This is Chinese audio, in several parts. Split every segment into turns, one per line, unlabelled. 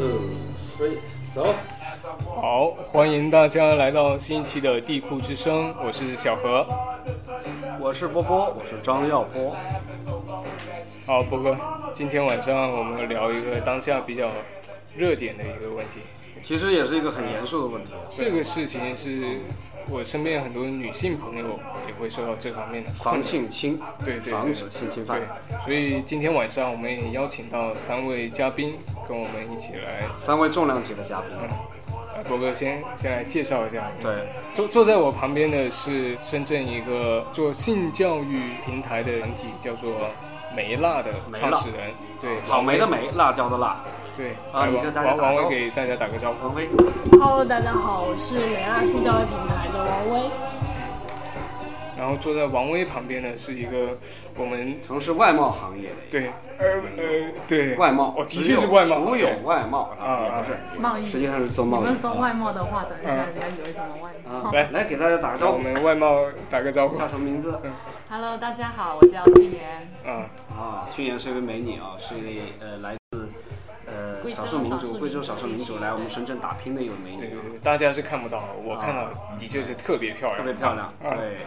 嗯
欢迎大家来到新一期的地库之声，我是小何。
我是波波，我是张耀波。
好，波哥，今天晚上我们聊一个当下比较热点的一个问题。
其实也是一个很严肃的问题啊，
这个事情是我身边很多女性朋友也会受到这方面的困
防
扰
性侵，
对对对
防止性侵犯。
对，所以今天晚上我们也邀请到三位嘉宾跟我们一起来。
三位重量级的嘉宾，
嗯，来，波哥先先来介绍一下。
对，
坐坐在我旁边的是深圳一个做性教育平台的团体，叫做梅辣的创始人，对，
草莓的莓，辣椒的辣。
对，
啊
来
你
王
跟大家
王
打
王
招
伟
呼
给大家打个招呼。
王威，
Hello，大家好，我是美亚性教育平台的王威。
然后坐在王威旁边的是一个我们
从事外贸行业的，
对，呃呃，对，
外贸，
哦，的
只
确
有
是外贸，
从
对
有外贸
啊
啊，也
贸
不
易
是，实际上是做贸
你
易
们
的。
说外贸的话，等一下
嗯
人家以为什么外
啊
贸？
来
来给大家打个
让
招
我嗯
呼，
们外贸打个招呼
叫什么名字？
Hello，大家好，我叫俊妍，
啊，
啊，俊妍是一位美女啊，是一位呃来自呃
贵州
少数民
少数民
族
族
贵州少数民族
地区
来我们
对
深圳打拼的一位美
对
女
对
啊，
对，大家是看不到，我看到的确是特别漂亮，
特别漂亮。
啊，
对，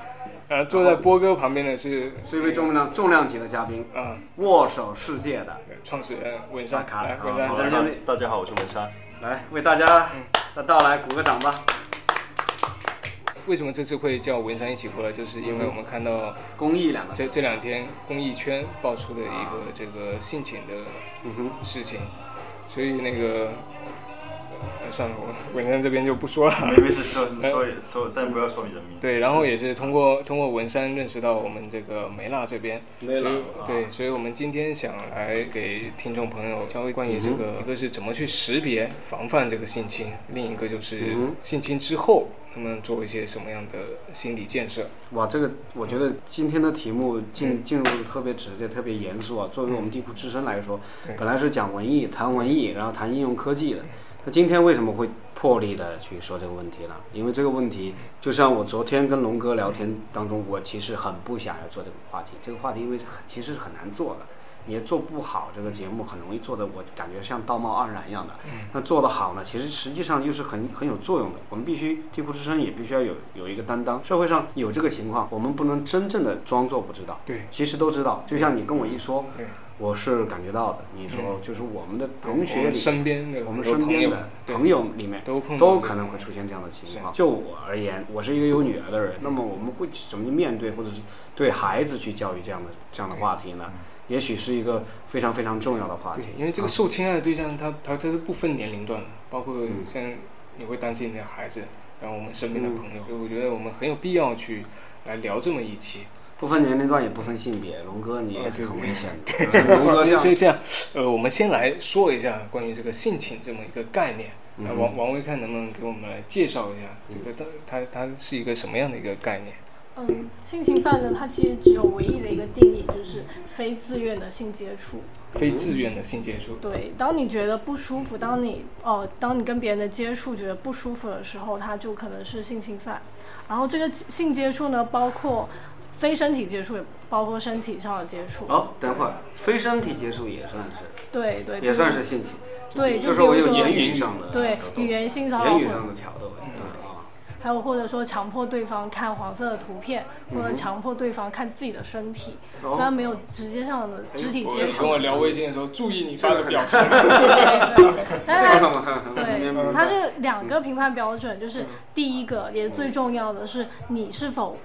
然后坐在波哥旁边的是
是一位重量重量级的嘉宾，
啊，
握手世界的，
创始人文山，
打卡
来
啊
文山
好
好
来
的
大
好
家
的
大家好，我是文山。
来为大家的到来鼓个掌吧。
为什么这次会叫文山一起过来？就是因
嗯
为我们看到
公益两个字
这，这两天公益圈爆出的一个这个性侵的
嗯哼，
事情，所以那个呃算了，我文山这边就不说了。
嗯
没事，说说说，但不要说你人名。
对，然后也是通过通过文山认识到我们这个梅辣这边，
梅辣
所以
啊
对，所以我们今天想来给听众朋友教关于这
嗯
个，一个是怎么去识别防范这个性侵，另一个就是
嗯
性侵之后他们做一些什么样的心理建设。
哇，这个我觉得今天的题目进进入得特别直接，特别严肃啊。作为我们地库之声来说
对，
本来是讲文艺、谈文艺，然后谈应用科技的。那今天为什么会破例的去说这个问题呢？因为这个问题，就像我昨天跟龙哥聊天当中，我其实很不想要做这个话题。这个话题因为很其实是很难做的，你也做不好这个节目，很容易做的，我感觉像道貌岸然一样的。
嗯
那做得好呢，其实实际上又是很很有作用的。我们必须地库之声也必须要有有一个担当。社会上有这个情况，我们不能真正的装作不知道。
对，
其实都知道。就像你跟我一说
对，
我是感觉到的。你说就是我们的同
嗯我
学
们
里，
身边的
我
很
们
多
身
朋
边
友
的
对
朋友里面
都碰到
都
这
可
个
能会出现这样的情况。就我而言，我是一个有女儿的人，那么我们会去怎么去面对，或者是对孩子去教育这样的这样的话题呢？也许是一个非常非常重要的话
嗯对
题，。啊
因为这个受侵害的对象，他他他是不分年龄段的，包括
嗯
像你会担心你的孩子，然后我们身边的朋友，所以我觉得我们很有必要去来聊这么一期。
不分年龄段也不分性别，龙哥你也
啊对
很危险 的。龙哥
所以所
像
以这样，呃，我们先来说一下关于这个性侵这么一个概念。
嗯
那王王威看能不能给我们来介绍一下这个它它它是一个什么样的一个概念？
嗯，性侵犯呢，它其实只有唯一的一个定义，就是非自愿的性接触。
非自愿的性接触，
对，当你觉得不舒服，当你呃，当你跟别人的接触觉得不舒服的时候，它就可能是性侵犯。然后这个性接触呢，包括非身体接触，也包括身体上的接触。
哦，等会儿非身体接触也算是，
对对，
也算是性侵，
对，
就
比
是我
如
有
说
言语上的
对
挑逗
语言性骚扰
言语
或者
上的挑逗，
嗯
对啊，
还有或者说强迫对方看黄色的图片，或者强迫对方看自己的身体，
嗯哦哎
虽然没有直接上的肢体接触，
我聊微信的时候，注意你
发的表
情。
对 对但是
这个
它
很很
哎对
很
它是两个评判标准，
嗯
就是第一个也是最重要的是你是否。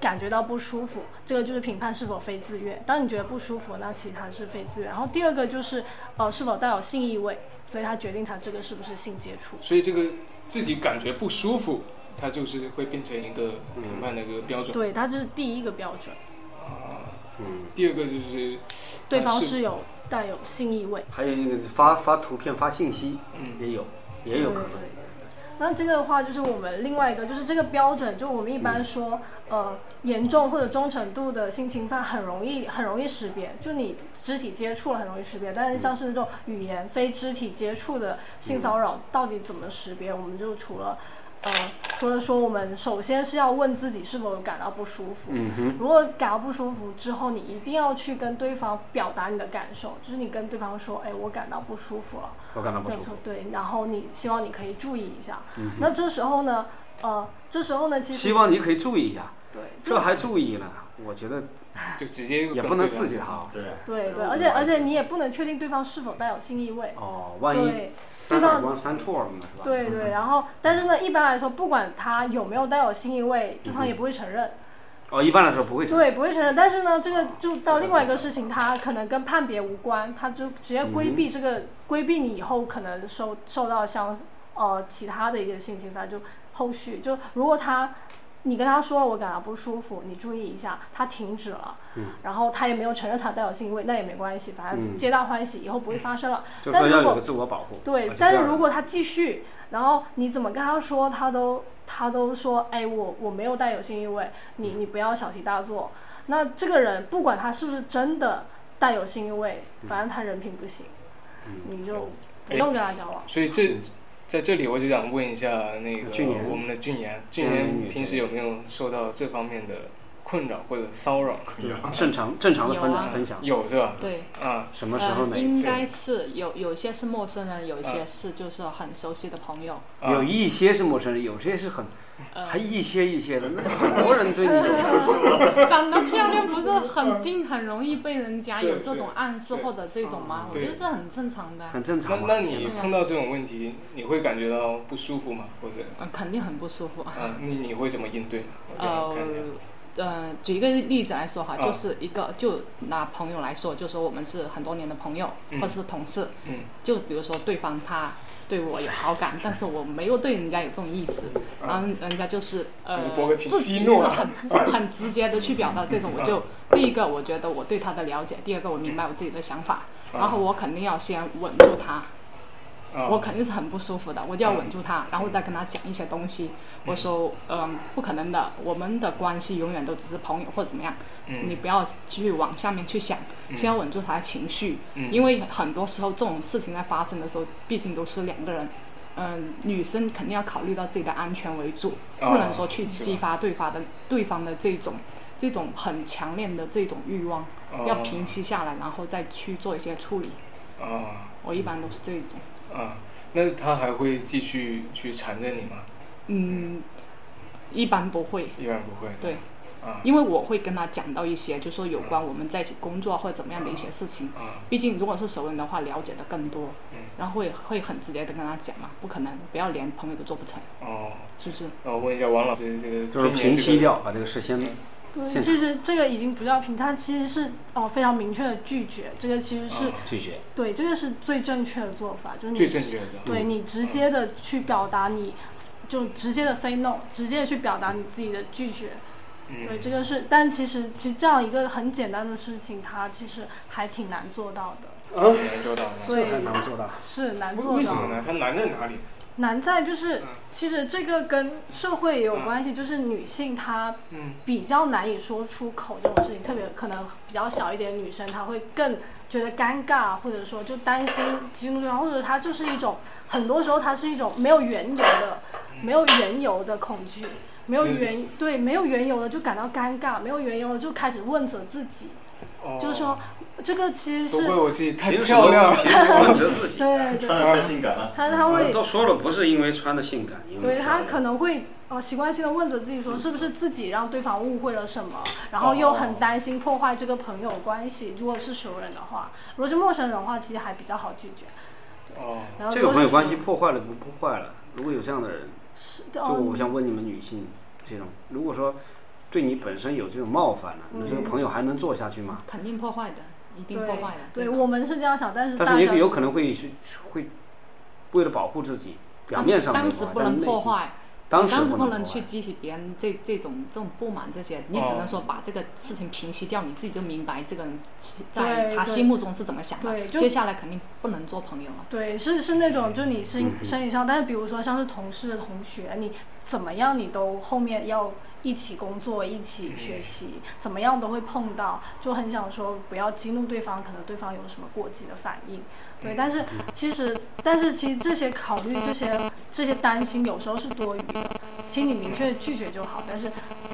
感觉到不舒服，这个就是评判是否非自愿。当你觉得不舒服，那其实它是非自愿。然后第二个就是，呃，是否带有性意味，所以它决定它这个是不是性接触。
所以这个自己感觉不舒服，它就是会变成一个评判的一个标准。啊
对，它这是第一个标准，
啊嗯，
第二个就是
对方
是
是有带有性意味。
还有那个发发图片发信息
嗯
也有也有可
对对
能，
那这个的话，就是我们另外一个，就是这个标准，就我们一般说，呃，严重或者中程度的性侵犯很容易很容易识别，就你肢体接触了很容易识别，但是像是那种语言非肢体接触的性骚扰，到底怎么识别？我们就除了呃除了说我们首先是要问自己是否有感到不舒服，
嗯哼，
如果感到不舒服之后，你一定要去跟对方表达你的感受，就是你跟对方说，哎，我感到不舒服了，
我感到不
对
舒服。
对，然后你希望你可以注意一下。那这时候呢，呃，这时候呢，其实
希望你可以注意一下，
对
这还注意呢？我觉得
就直接
也不能自己好。
对，啊
对对，而且而且你也不能确定对方是否带有性意味，
哦，万一嗯
对
三百光三错了呢，是吧？
对对，然后但是呢，一般来说，不管他有没有带有性意
嗯
味，对方也不会承认，
哦，一般来说不会这样。
对，不会承认。但是呢，这个就到另外一个事情，他可能跟判别无关，他就直接规避这
嗯
个，规避你以后可能受受到相呃其他的一个性侵犯，就后续就如果他。你跟他说了我感到不舒服，你注意一下，他停止了，然后他也没有承认他带有性意味，那也没关系，反正
嗯
皆大欢喜，以后不会发生了。
就
但
说
如
要有
果
个自我保护。
对
啊，
但
这
是
样
如果他继续，然后你怎么跟他说，他都他都说，哎，我我没有带有性意味，你
嗯
你不要小题大做。那这个人不管他是不是真的带有性意味，
嗯
反正他人品不行，你就不用跟他交往。
所以这在这里我就想问一下那个
嗯俊嗯妍
我们的俊妍，俊
妍
妍平时有没有受到这方面的困扰或者骚扰？
嗯
嗯
正常正常的分
有啊
分享，
有是吧？
对，
啊，
什么时候
呃
哪一
应
次？
该是有有些是陌生人，有些是就是很熟悉的朋友。
啊
有一些是陌生人，有些是很，
呃
还一些一些的，那很多人对你 有
长得漂亮不是很近，很容易被人家有
是
这种暗示
是
或者这种吗？我
对
觉得这很正常的，
嗯很正
那
常嘛。
那
天
你
哪
碰到这种问题，你会感觉到不舒服吗？或者
嗯，肯定很不舒服。
啊，你你会怎么应对？我想
呃
看一下。，
呃，举一个例子来说哈，
啊
就是一个就拿朋友来说，就说我们是很多年的朋友
嗯
或者是同事，
嗯
就比如说对方他对我有好感，但是我没有对人家有这种意思，然后人家就是呃
就是播个挺
自
息
己是
怒啊
很很直接的去表达这种，我就第一个我觉得我对他的了解，第二个我明白我自己的想法，然后我肯定要先稳住他，
啊，
我肯定是很不舒服的，我就要
嗯
稳住他，然后再跟他讲一些东西。我说，嗯，不可能的，我们的关系永远都只是朋友或者怎么样，
嗯
你不要去往下面去想，先稳住他的情绪，
嗯
因为很多时候这种事情在发生的时候，毕竟都是两个人。嗯，女生肯定要考虑到自己的安全为主，
啊
不能说去
是吧
激发对方的对方的这种这种很强烈的这种欲望，要
哦
平息下来，然后再去做一些处理。
啊
我一般都是这种。
啊，那他还会继续去缠着你吗？
嗯，一般不会，
一般不会。
对，
啊
因为我会跟他讲到一些，就说有关我们在一起工作或者怎么样的一些事情。
啊
毕竟如果是熟人的话，了解的更多
嗯，
然后会会很直接的跟他讲嘛，不可能，不要连朋友都做不成，
哦，
是不是？
那我问一下王老师，这个
就是
俊
平
妍这
息
个
掉，把这个事先
对，
现场
其实这个已经不叫评，它其实是哦非常明确的拒绝，这个其实是、
啊
拒绝。
对，这个是最正确的做法，就是你
最正确的。嗯
对你直接的去表达你，就直接的 say no，直接的去表达你自己的拒绝。对，
嗯
这个是，但其实其实这样一个很简单的事情，它其实还挺难做到的，
很难做到的。
这
对
还难做到。
是难
为
做
为什
到
么。呢？它难在哪里？
难在就是
嗯，
其实这个跟社会也有
嗯
关系，就是女性她
嗯
比较难以说出口这种事情，特别可能比较小一点的女生，她会更觉得尴尬，或者说就担心激怒对方，或者她就是一种很多时候她是一种没有缘由的、没有缘由的恐惧，没有
嗯
缘对没有缘由的就感到尴尬，没有缘由的就开始问责自己，
哦，
就是说这个其实
不
是
会，我自己太
凭什
漂
么
亮了。
凭什么问责自己？
对
穿
对，
的太性感了，
她她
我
会
嗯都说了，不是因为穿的嗯性感，因为
对他可能会呃习惯性的问着自己说，是不是自己让对方误会了什
哦
么，然后又很担心破坏这个朋友关系。如果是熟人的话，如果是陌生人的话，其实还比较好拒绝。
哦，
然后
这
如
个
果
朋友
是
关系破坏了不破坏了？如果有这样的人，
是
就
哦
我想问你们女性这种，如果说对你本身有这种冒犯了，那这个朋友还能做下去吗？
肯定破坏的，一定
对
破坏的。
对
的
我们是这样想，但是嗯大
但
家
是也有可能会去会为了保护自己，表面上
当
没
当时
有啊
不能破，坏，
但
你
是内
当
心当
时
时不能
能去
破坏
激起别人这这种这种不满这些，你只
哦
能说把这个事情平息掉，你自己就明白这个人其
对
在他
对
心目中是怎么想的，
对就
接下来肯定不能做朋友了。
对是是那种就你身身体上，但是比如说像是同事的同学，你怎么样你都后面要一起工作、一起学习，怎么样都会碰到，就很想说不要激怒对方，可能对方有什么过激的反应。
嗯
对，但是其实，但是其实这些考虑、这些这些担心，有时候是多余的。其实你明确拒绝就好。但是，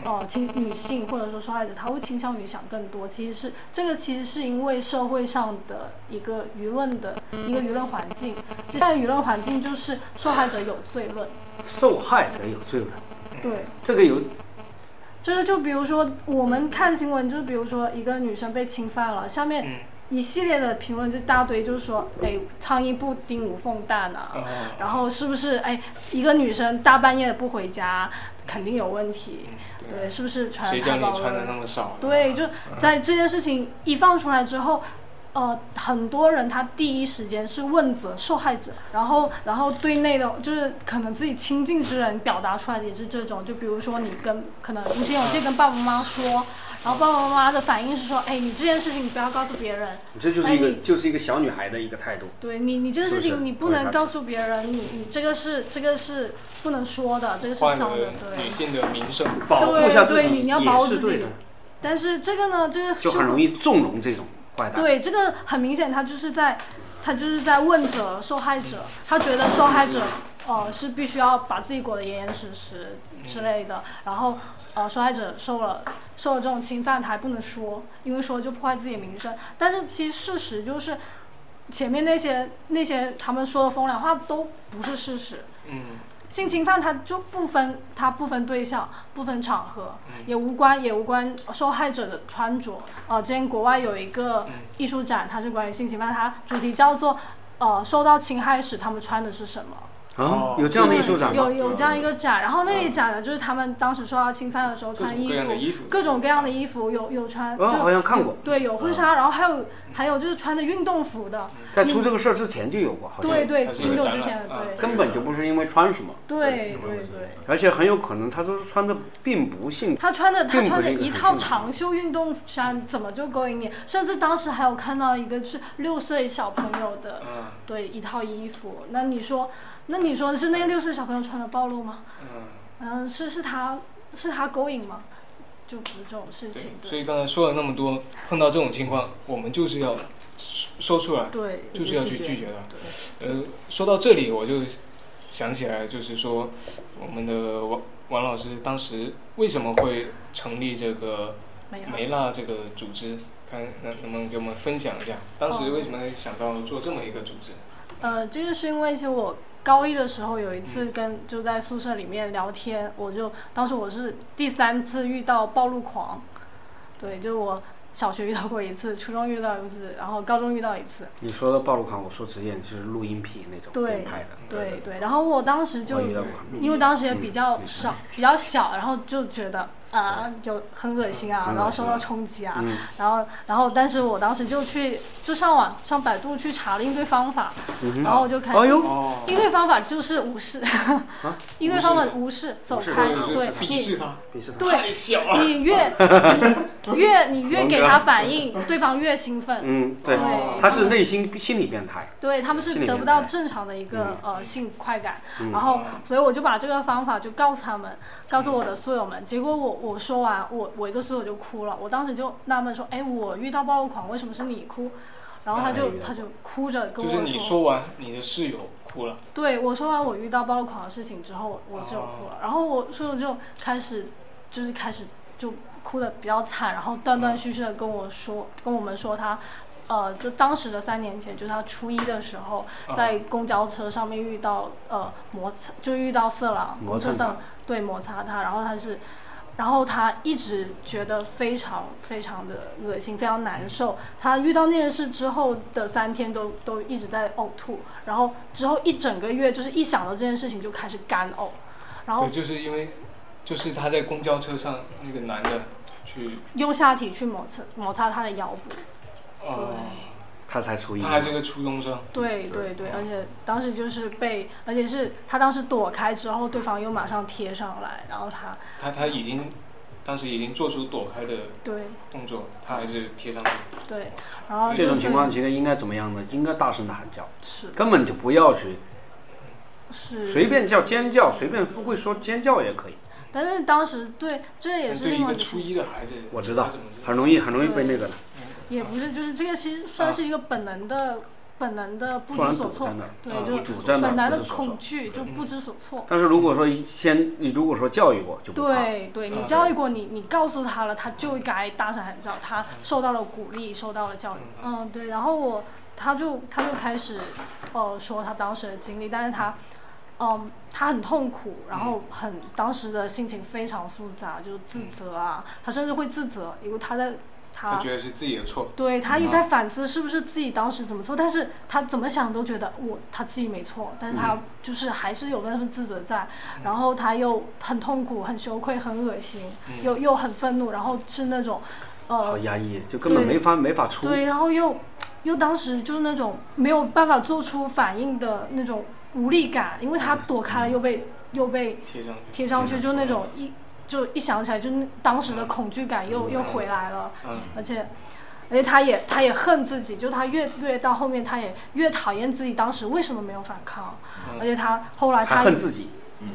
哦、呃，倾女性或者说受害者，她会倾向于想更多。其实是这个，其实是因为社会上的一个舆论的一个舆论环境。现在舆论环境就是受害者有罪论，
受害者有罪吗？
对，
这个有
就是就比如说我们看新闻，就是比如说一个女生被侵犯了，下面
嗯
一系列的评论就一大堆，就是说，哎，苍蝇不叮无缝蛋啊，
啊，
然后是不是哎，一个女生大半夜不回家，肯定有问题，
嗯
对，是不是传
谁
染
叫
太
你
暴
穿的
了
那？么少？
对，就在这件事情一放出来之后，呃，很多人他第一时间是问责受害者，然后然后对内的，就是可能自己亲近之人表达出来的也是这种，就比如说你跟可能吴先勇这跟爸爸妈妈说，然后爸爸妈妈的反应是说，哎，你这件事情你不要告诉别人，
这就是一个
哎你
就是一个小女孩的一个态度。
对你你这个事
是不
情
是
你不能告诉别人，你你这个是这个是不能说的，这个是
换
脏的
了，女
对。
性的名声，
保护一下自
对
己
对你要保护
也是
自己
对的，
但是这个呢，这个
就很容易纵容这种坏蛋。
对，这个很明显，他就是在，他就是在问责受害者，他觉得受害者，呃，是必须要把自己裹得严严实实
嗯
之类的，然后，呃，受害者受了受了这种侵犯，他还不能说，因为说就破坏自己的名声。但是其实事实就是，前面那些那些他们说的风凉话都不是事实，
嗯，
性侵犯它就不分它不分对象、不分场合，
嗯
也无关也无关受害者的穿着。呃，之前国外有一个艺术展，它是关于性侵犯，它主题叫做呃受到侵害时他们穿的是什么。
啊，有这样的艺术展吗
有？有这样一个展，然后那里展的就是他们当时受到侵犯的时候
各
穿
种
衣
各样的衣
服，
服，
各种各样的衣服，有有穿
啊，好
就
像看过，
对有婚纱，然后还有还有就是穿的运动服的，
在出这个事儿之前就有过，好像
对对，
它是一个
挺久
展
之前
览
的
啊，
对
根本就不是因为穿什么，
对
有没有
对
这种
对。
而且很有可能他都是穿的并不性
他穿的他
并不
穿
是
的
一个
一
很
套
性感
长袖运动衫，怎么就勾引你？甚至当时还有看到一个是六岁小朋友的，
嗯
对一套衣服。那你说，那你说是那个六岁小朋友穿的暴露吗？
嗯。
嗯，是是他是他勾引吗？就不是这种事情，
对，所
对
以刚才说了那么多，碰到这种情况，我们就是要说出来，
对
就是要去
拒绝
拒绝它。呃，说到这里，我就想起来，就是说我们的王王老师当时为什么会成立这个
没有。
梅辣这个组织？看能能不能给我们分享一下，当时为什么会想到做这么一个组织？
呃，这个是因为其实我高一的时候有一
嗯
次跟就在宿舍里面聊天，我就当时我是第三次遇到暴露狂，对，就是我小学遇到过一次，初中遇到一次，然后高中遇到一次，
你说的暴露狂，我说直接就是录音癖那种
对
变态的，哦
对对，然后我当时就
我遇到过。嗯
因为当时也比较少，比较小，然后就觉得啊有很恶心啊，
嗯
然后受到冲击啊，
嗯
然后然后但是我当时就去就上网上百度去查了应对方法，
嗯
然后我就看。
哎呦，
哦，
应对方法就是无视， 应对方法无视，走
视
开，
就是
对
鄙视
你，
他，
你是他，
太
对
小了。
你越你越你越给他反应，对方越兴奋，
嗯，对
对，
他是内心心理变态，
对他们
心
是
里
得
面
不到
的
正常的一个呃性快感，
嗯
然后所以我就把这个方法就告诉他们，告诉我的宿友们，结果我我说完，我我一个宿友就哭了，我当时就纳闷说，哎，我遇到暴露狂，为什么是你哭？然后他
哎
就
呀
他就哭着跟
就
我
是你说完，你的室友哭了，
对我说完我遇到暴露狂的事情之后，我是有哭了，然后我室友就开始就是开始就哭的比较惨，然后断断续续的跟我说，跟我们说他。呃，就当时的三年前，就是他初一的时候，
啊
啊
在公交车上面遇到呃摩擦，就遇到色狼，
摩
公
擦
车上对摩擦他，然后他是，然后他一直觉得非常非常的恶心，非常难受。他遇到那件事之后的三天都都一直在呕吐，然后之后一整个月就是一想到这件事情就开始干呕，然后
对，就是因为，就是他在公交车上那个男的去，
用下体去摩擦摩擦他的腰部。
哦，
他才初一
他，还是个初中生，
对对对，而且当时就是被，而且是他当时躲开之后，对方又马上贴上来，然后他
他他已经当时已经做出躲开的
对
动作，他还是贴上去。
对，然后
这
就
种情
对
况其实应该怎么样呢？应该大声的喊叫，
是
根本就不要去
是
随便叫尖叫，随便不会说尖叫也可以。
但是当时对，这也是
对一
另外
个
一
初一的孩子，
我知道
他怎么知道
很容易很容易被那个的，
也不是，就是这个其实算是一个本能的、本能的不
啊突
知
然
所
堵
措
在，那儿。
对，
啊
就
堵在那
本能
儿不
的
知所措
恐。惧，就不知所措。
但是如果说一先，你如果说教育过就不怕，
对对，
啊
你教育过你，你告诉他了，他就该大声喊叫，他受到了鼓励，受到了教育。嗯，对。然后我，他就他就开始，呃，说他当时的经历，但是他，嗯，他很痛苦，然后很当时的心情非常复杂，就是自责啊，他甚至会自责，因为他在
他
他
觉得是自己的错，
对他一直在反思是不是自己当时怎么做，但是他怎么想都觉得我他自己没错，但是他就是还是有那份自责在，然后他又很痛苦、很羞愧、很恶心，又又很愤怒，然后是那种，
好
呃，
压抑，就根本
对
没法没法出。
对，然后又又当时就是那种没有办法做出反应的那种无力感，因为他躲开了又被又被
贴上去，
贴上去，就那种一就一想起来就那当时的恐惧感又又回来了。
嗯，
而且，而且他也他也恨自己，就他越越到后面，他也越讨厌自己当时为什么没有反抗，
嗯
而且他后来
他
他
恨自己，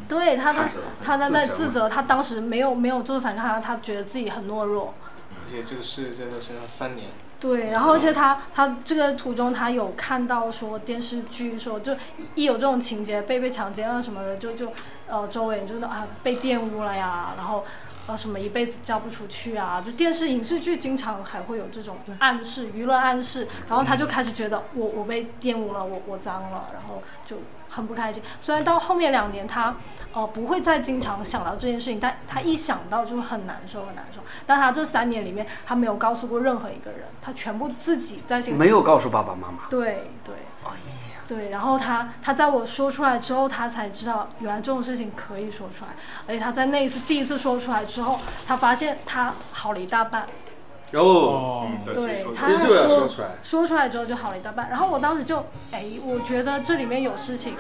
对他他
自责
他他在
自责
自责，他当时没有没有做反抗，他他觉得自己很懦弱，
而且这个事在他身上三年，
对，然后而且他他这个途中他有看到说电视剧说就一有这种情节被被强奸啊什么的，就就呃周围人就是啊被玷污了呀，然后呃什么一辈子嫁不出去啊，就电视影视剧经常还会有这种暗示舆论暗示，然后他就开始觉得我我被玷污了，我我脏了，然后就很不开心。虽然到后面两年他呃不会再经常想到这件事情，但他一想到就很难受很难受。但他这三年里面，他没有告诉过任何一个人，他全部自己在心里。
没有告诉爸爸妈妈。
对对
哎呀，
对，然后他他在我说出来之后，他才知道原来这种事情可以说出来，而且他在那一次第一次说出来之后，他发现他好了一大半。
哦，
哦
嗯，对，
对
说，
他
接受了啊说
说
出来
说出来之后就好了一大半。然后我当时就，哎，我觉得这里面有事情，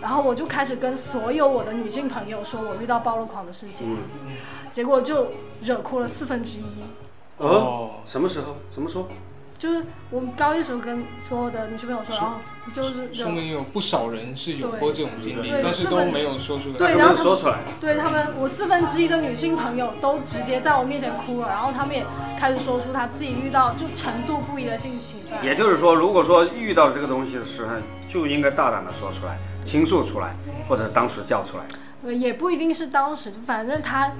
然后我就开始跟所有我的女性朋友说我遇到暴露狂的事情，
嗯
结果就惹哭了四分之一。
哦，什么时候？什么时候？
就是我们高一时候跟所有的女性朋友说，然后就是惹
说明有不少人是有过这种经历，
对
但是都没有说出来。
对
怎
然后
么
他
说出来？
对他们，我四分之一的女性朋友都直接在我面前哭了，然后他们也开始说出她自己遇到就程度不一的性侵犯。
也就是说，如果说遇到这个东西的时候，就应该大胆的说出来，倾诉出来，或者当时叫出来。
对，也不一定是当时，就反正他，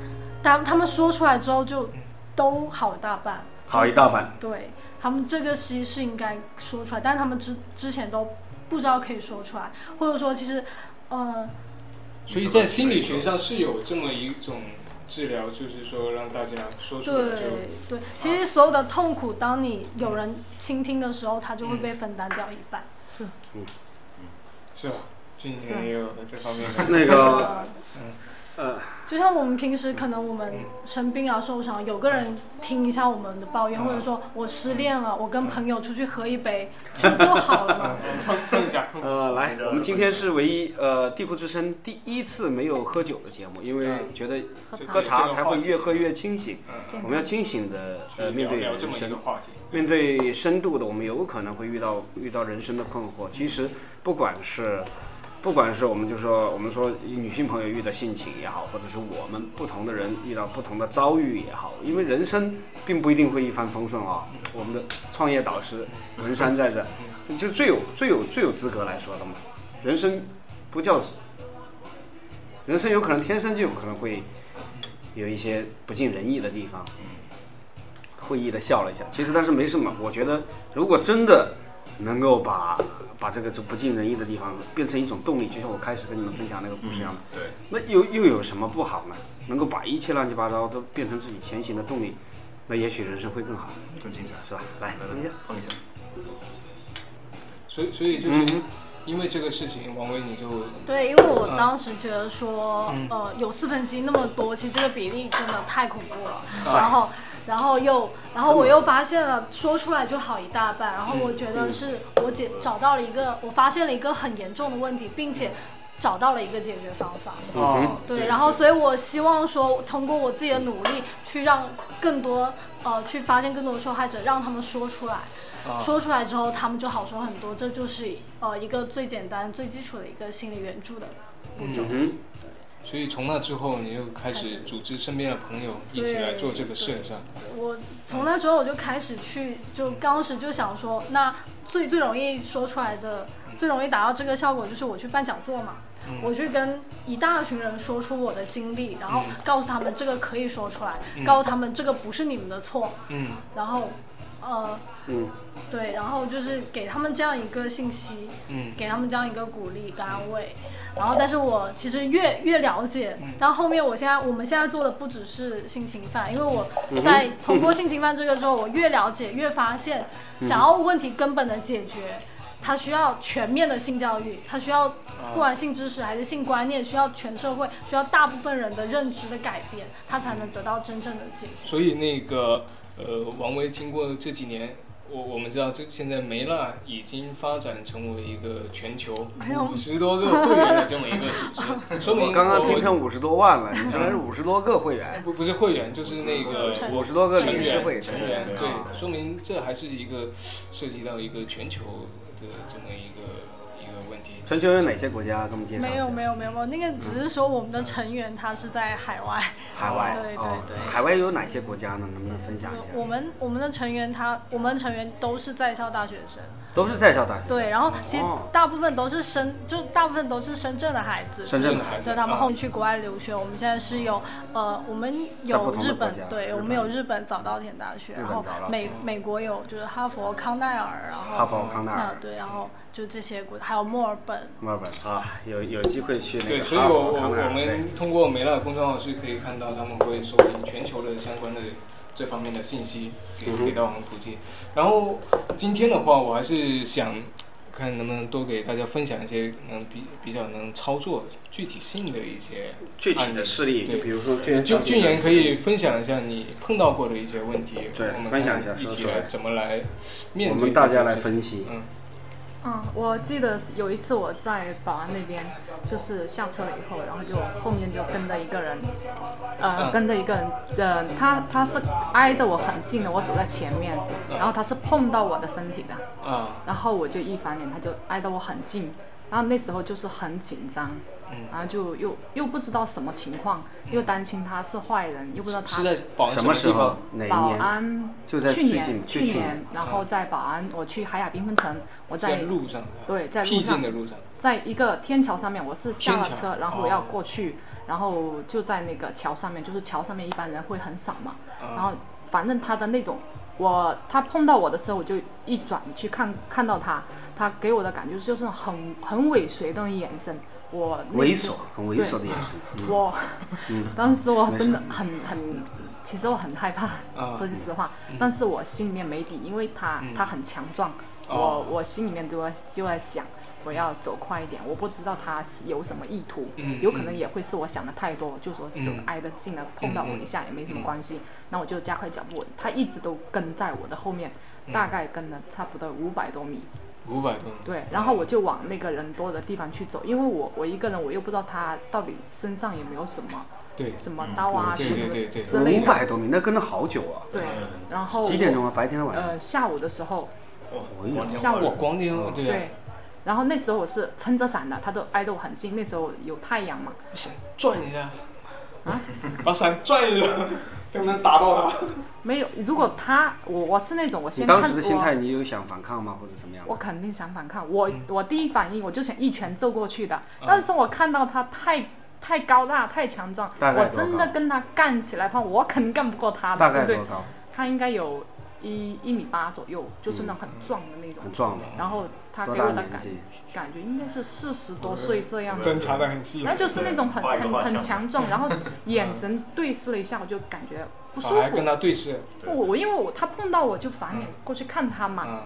他他们说出来之后就都好大半，
好一大 半，
对他们这个其实是应该说出来，但他们之之前都不知道可以说出来，或者说其实，呃，
所以在心理学上是有这么一种治疗，就是说让大家说出来就
对对，其实所有的痛苦，当你有人倾听的时候，它就会被分担掉一半。
是
是吧？俊年也有这方面的，
那个
呃
嗯
呃，
就像我们平时可能我们生病啊、受伤，有个人听一下我们的抱怨，
嗯
或者说我失恋了，我跟朋友出去喝一杯，这不就好 了嘛。
嗯碰一下，
呃，来，
嗯
我们今天是唯一呃地库之声第一次没有喝酒的节目，因为觉得
喝
这
茶
喝茶才会越喝越清醒。
嗯，
健
我
康
们要清醒的
去
呃面对
聊
人
这么一
生
个，话题，
面对深度的，我们有可能会遇到遇到人生的困惑。其实不管是不管是我们就说我们说女性朋友遇到性情也好，或者是我们不同的人遇到不同的遭遇也好，因为人生并不一定会一帆风顺啊、我们的创业导师文山在这，这就最有最有最有资格来说的嘛。人生不叫，人生有可能天生就有可能会有一些不尽人意的地方。
嗯
会意的笑了一下，其实但是没什么。我觉得如果真的能够把把这个就不尽人意的地方变成一种动力，就像我开始跟你们分享那个故事一样的，
嗯
对，
那又又有什么不好呢？能够把一切乱七八糟都变成自己前行的动力，那也许人生会更好，
更精彩。
是吧？来，
来
嗯
等一下
来，，放一下。
所以所以
嗯
就是因为这个事情，王威你就
对，因为我
嗯
当时觉得说，呃，有四分之一那么多，其实这个比例真的太恐怖了。
嗯
然后，然后又，然后我又发现了，说出来就好一大半。然后
嗯
我觉得是我解找到了一个，我发现了一个很严重的问题，并且找到了一个解决方法。
哦
对，然后所以我希望说，通过我自己的努力，去让更多呃，去发现更多的受害者，让他们说出来。
啊
说出来之后，他们就好说很多。这就是呃一个最简单、最基础的一个心理援助的步骤。
嗯
所以从那之后，你就开始组织身边的朋友一起来做这个事，是吧？
我从那之后我就开始去，就当时就想说，那最最容易说出来的、最容易达到这个效果，就是我去办讲座嘛。
嗯
我去跟一大群人说出我的经历，然后
嗯
告诉他们这个可以说出来，
嗯
告诉他们这个不是你们的错，
嗯
然后，呃，
嗯
对，然后就是给他们这样一个信息，
嗯
给他们这样一个鼓励跟安慰。然后，但是我其实越越了解，到后面我现在我们现在做的不只是性侵犯，因为我在通过性侵犯这个之后，我越了解越发现，想要问题根本的解决，它需要全面的性教育，它需要不管性知识还是性观念，需要全社会需要大部分人的认知的改变，它才能得到真正的解决。
所以那个呃，王威经过这几年，我我们知道这现在梅辣已经发展成为一个全球五十多个会员的这么一个组织，说明
我刚刚
我
听成五十多万了， 你说是五十多个会员，
不不是会员，就是那个
成
五十多个
成
理事
员
会
成
员
员，对
啊，
说明这还是一个涉及到一个全球的这么一个一个问题。
全球有哪些国家？给我们介绍一下。
没有没有没有没有，那个只是说我们的成员他是在海外，
海外，
对对
哦
对
海外有哪些国家呢？能不能分享一下？
我们我们的成员他我们成员都是在校大学生，
都是在校大学，
对，然后其实
哦
大部分都是深，就大部分都是深圳的孩子，
深圳的孩
子
对他们
啊
后面去国外留学。我们现在是有呃，我们
在不
有
同的
日
国家
本，对
日
我
本
们有日本早稻田大学，
日本
然后
早稻
美美国有就是哈佛、康奈尔，然后
哈佛、康奈
啊
尔、
对，然后就这些国，还有墨尔本，
墨尔本啊，有有机会去那
对，
个
所以
哈
我
佛、
我
康奈
我
尔，对
们通过梅拉的公众号是可以看到他们会收集全球的相关的这方面的信息给
嗯哼
给到我们普及。然后今天的话，我还是想看能不能多给大家分享一些能比比较能操作具体性的一些
具体的事例，
对
比如说俊言
俊俊言可以分享一下你碰到过的一些问题，
对
我们
分享一下
一起
说出来
来怎么来面
我
对。
们大家来，分析，
嗯
嗯，我记得有一次我在保安那边，就是下车了以后，然后就后面就跟着一个人，呃，
嗯
跟着一个人，呃，他他是挨着我很近的，我走在前面，然后他是碰到我的身体的，
啊，
然后我就一翻脸，他就挨得我很近，然后那时候就是很紧张，
嗯
然后就又又不知道什么情况，又担心他是坏人，又不知道
是
他
在保安
什
么
么时
地
候
方？
哪
保
一年？
安
就在
去
最近
年
去
去
年
年，然后在保安我去海雅缤纷城，我
在
在
路上，
对在路
僻
上
静的路上，
在一个天桥上面，我是下了
天桥
车，然后我要
哦
过去，然后就在那个桥上面，就是桥上面一般人会很少嘛，
啊
然后反正他的那种，我他碰到我的时候，我就一转去看看到他，他给我的感觉就是很很尾随的眼神，我那
猥
时
琐，很猥
对
琐的眼神，嗯
我，当时我真的很很，其实我很害怕
啊，
说句实话，但是我心里面没底，因为他
嗯
他很强壮，我
哦
我心里面就在就在想，我要走快一点，我不知道他是有什么意图
嗯，
有可能也会是我想的太多，就说走
嗯
挨得近了碰到我一下也没什么关系，那我就加快脚步，他一直都跟在我的后面，
嗯
大概跟了差不多五百多米，
五百多米，
对，然后我就往那个人多的地方去走，因为我我一个人，我又不知道他到底身上有没有什么
对，
什么刀啊、
嗯
什么什
对对嗯对
么
对
之类
五
的。
百多米，那跟了好久啊，
对，然后
几点钟啊？白天还
我？
是晚上？
呃，下午的时候，
我一点
下
哇，
午
光天对啊
对，然后那时候我是撑着伞的，他都挨得我很近，那时候有太阳嘛，
伞转一下，
啊
把伞转一下，能不能打到他？
没有。如果他我我是那种我
你
先看
当时的心态，
我
你有想反抗吗，或者怎么样？
我肯定想反抗，我、
嗯
我第一反应我就想一拳揍过去的，
啊
但是我看到他太太高大太强壮，
大概
我
多
真的
高
跟他干起来的话，我肯定干不过他
大
的，对
概
不对
多？高？
他应该有一一米八左右，就是那种很壮的那种。
嗯很壮的，
然后他
多
给
大
我的
年
感
纪？
感觉应该是四十多岁这样
侦
子，
查的很细，
那就是那种很
画一个
很
画像
很强壮，然后
嗯
眼神对视了一下，我就感觉不舒
啊还跟
服。
他对视，
我我因为我他碰到我就反脸
嗯
过去看他嘛，
啊，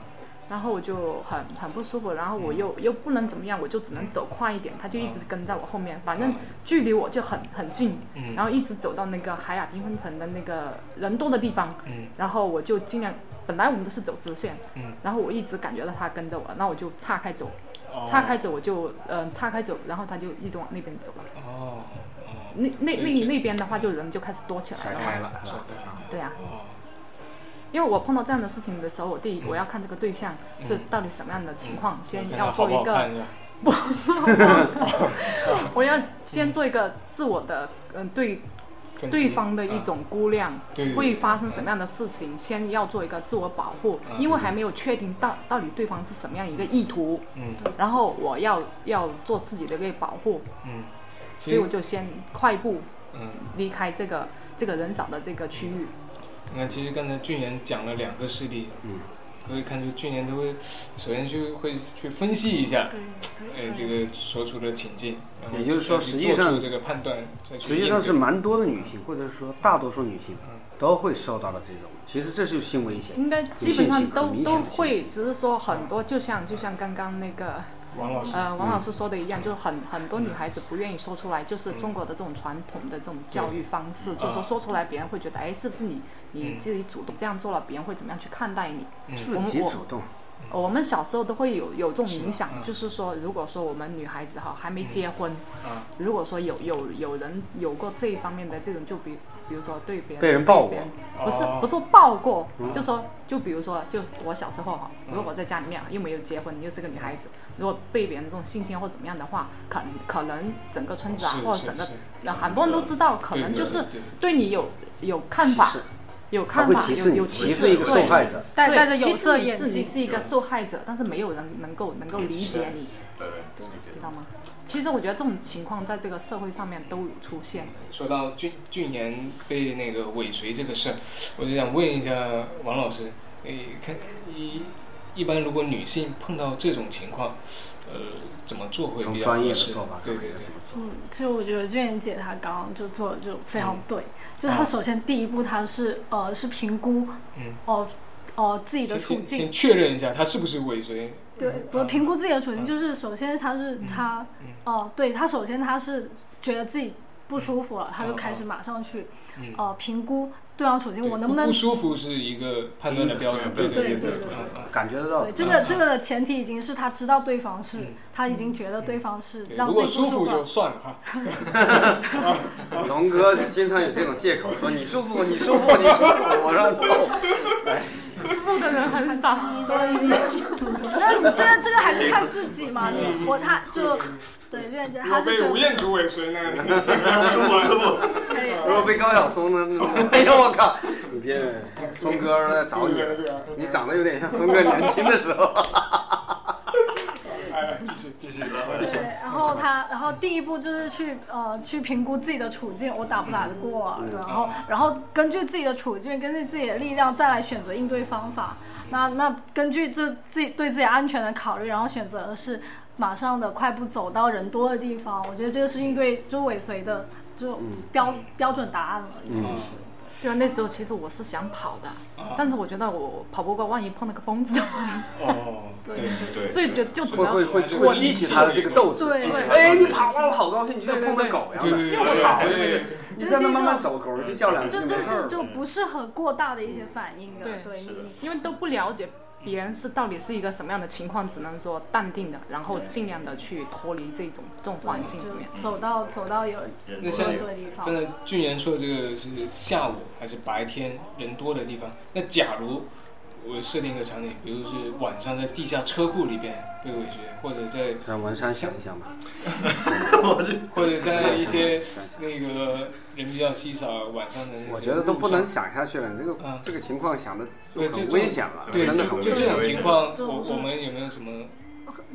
然后我就很很不舒服，然后我
嗯
又又不能怎么样，我就只能走快一点，他就一直跟在我后面，反正
嗯
距离我就很很近，
嗯
然后一直走到那个海雅缤纷城的那个人多的地方，
嗯
然后我就尽量，本来我们都是走直线，
嗯，
然后我一直感觉到他跟着我，那我就岔开走，
哦
岔开走我就呃岔开走，然后他就一直往那边走了。
哦哦，
那那哦
对
那
就
那边的话，就人就开始多起来
甩
了
开
嘛。
了是吧？
对啊，
哦
因因为我碰到这样的事情的时候，我第一
嗯
我要看这个对象
嗯
是到底什么样的情况，先
看他嗯
要
好
做
不
一
好
个，
看是吧？
我要先做一个自我的，嗯，对
分析
对方的一
啊
种估量，
对
会发生什么样的事情，先要做一个自我保护，
啊
嗯
因为还没有确定到到底对方是什么样一个意图，
嗯
然后我要要做自己的一个保护，
嗯，
所以我就先快步
嗯，
离开这个这个人少的这个区域。
你看，其实刚才俊言讲了两个事例，
嗯，
可以看出俊言都会首先就会去分析一下，
对
呃
对，
这
对，
个所处的情境，然后
也就是说
再去
实际上
做出这个判断，再去
实际上是
应
蛮多的女性，或者是说大多数女性
嗯
都会受到了这种，其实这就是性危险。
应该基本上都
很明显
都
的信
会，
息
只是说很多就像就像刚刚那个
对王老师，
啊
呃王老师说的一样，就是很很多女
嗯
孩子不愿意说出来，就是中国的这种传统的这种教育方式，就是说
啊
说出来别人会觉得，哎，是不是你你
嗯
自己主动这样做了，别人会怎么样去看待你？
嗯
自己主动，
呃我们小时候都会有有这种影响
是，啊
就是说，如果说我们女孩子哈还没结婚，
啊，
如果说有有有人有过这一方面的这种，就比比如说对别人
被人抱过嗯
别人不是
哦
不是抱过，就说就比如说就我小时候哈，如果我在家里面啊又没有结婚，又是个女孩子，如果被别人这种性侵或怎么样的话，可能可能整个村子啊
是
或者
是
整个
是
那很多人都知道，可能
对对
就是
对
对你有有看法
歧视，
有
他
看
会
法，
歧视
有
你，
有
歧
歧
视一个
对
受害者。
戴
对
戴着有
其实
色
你
眼
是你
镜，
是一个受害者，但是没有人能够能够理解你，
对对，理
知
解。
道吗？其实我觉得这种情况在这个社会上面都有出现。
说到俊俊言被那个尾随这个事儿，我就想问一下王老师，诶，看一一般如果女性碰到这种情况，呃，怎么做会
从
比较
专业的
合适
做法？，
对对对，
嗯，其实我觉得娟姐她刚刚就做的就非
嗯
常对，就她首先第一步她是呃是评估，
嗯，
哦、哦、自己的
先
处
先
境
先，确认一下她是不是尾随，
对，我
嗯
评估自己的处境就是首先她是
嗯
她
嗯，
哦、对她首先她是觉得自己不舒服了，她就
嗯
开始马上去
嗯
呃评估对方处境，
对
我能不能
不舒服是一个判断的标准，
对
对
对
对
对
嗯嗯
感觉得到
对，这
啊
个这个的前提已经是他知道对方是
嗯，
他已经觉得对方是
对
让
如
自
果
己不
舒
舒
服
服了
就。算了哈，
龙哥经常有这种借口，说你舒服，你舒服，你舒服，我让走。
这个人很少，
那这个这个还是看自己嘛，你我他就对，就他是觉得
竹尾随呢，
舒服舒服。
可以。
如果被高晓松呢？哎呀，我靠！你别，松哥在找你，你长得有点像松哥年轻的时候。
哎，继续继续，
对，然后他，然后第一步就是去呃去评估自己的处境，我打不打得过，然后然后根据自己的处境，根据自己的力量再来选择应对方法。那那根据这自己对自己安全的考虑，然后选择的是马上的快步走到人多的地方。我觉得这个是应对就尾随的就标、标准答案了，已
嗯
经是。
对啊，那时候其实我是想跑的，
啊
但是我觉得我跑不过，万一碰了个疯子，
哦，对
对，
所以就就只
会
能
会会会激起他的这个斗志。
对对
哎，你跑啊，我好高兴，你就像碰到狗一样的，
对对对
因为我跑，
对
对
对对
对，你在那慢慢走，狗就叫两句
就
没
这
事
是
儿。
就不适合过大的一些反应的，
对
对
是的
你
因为都不了解别人是到底是一个什么样的情况，只能说淡定的，然后尽量的去脱离这种这种环境里面。
就走到走到有
人
那
多
像
了
人
也
多的地 方
刚。才俊言说的这个是下午还是白天人多的地方？那假如我设定一个场景，比如是晚上在地下车库里边被尾随，或者在
让文山想一想吧，
或者在一些
想一想
那个人比较稀少晚上的那些路上，
我觉得都不能想下去了，你这个
嗯
这个情况想的就
对
很
就
危险了，
对，
真的很
就
危
就这
险。
种情况，
这
我
种是
我们有没有什么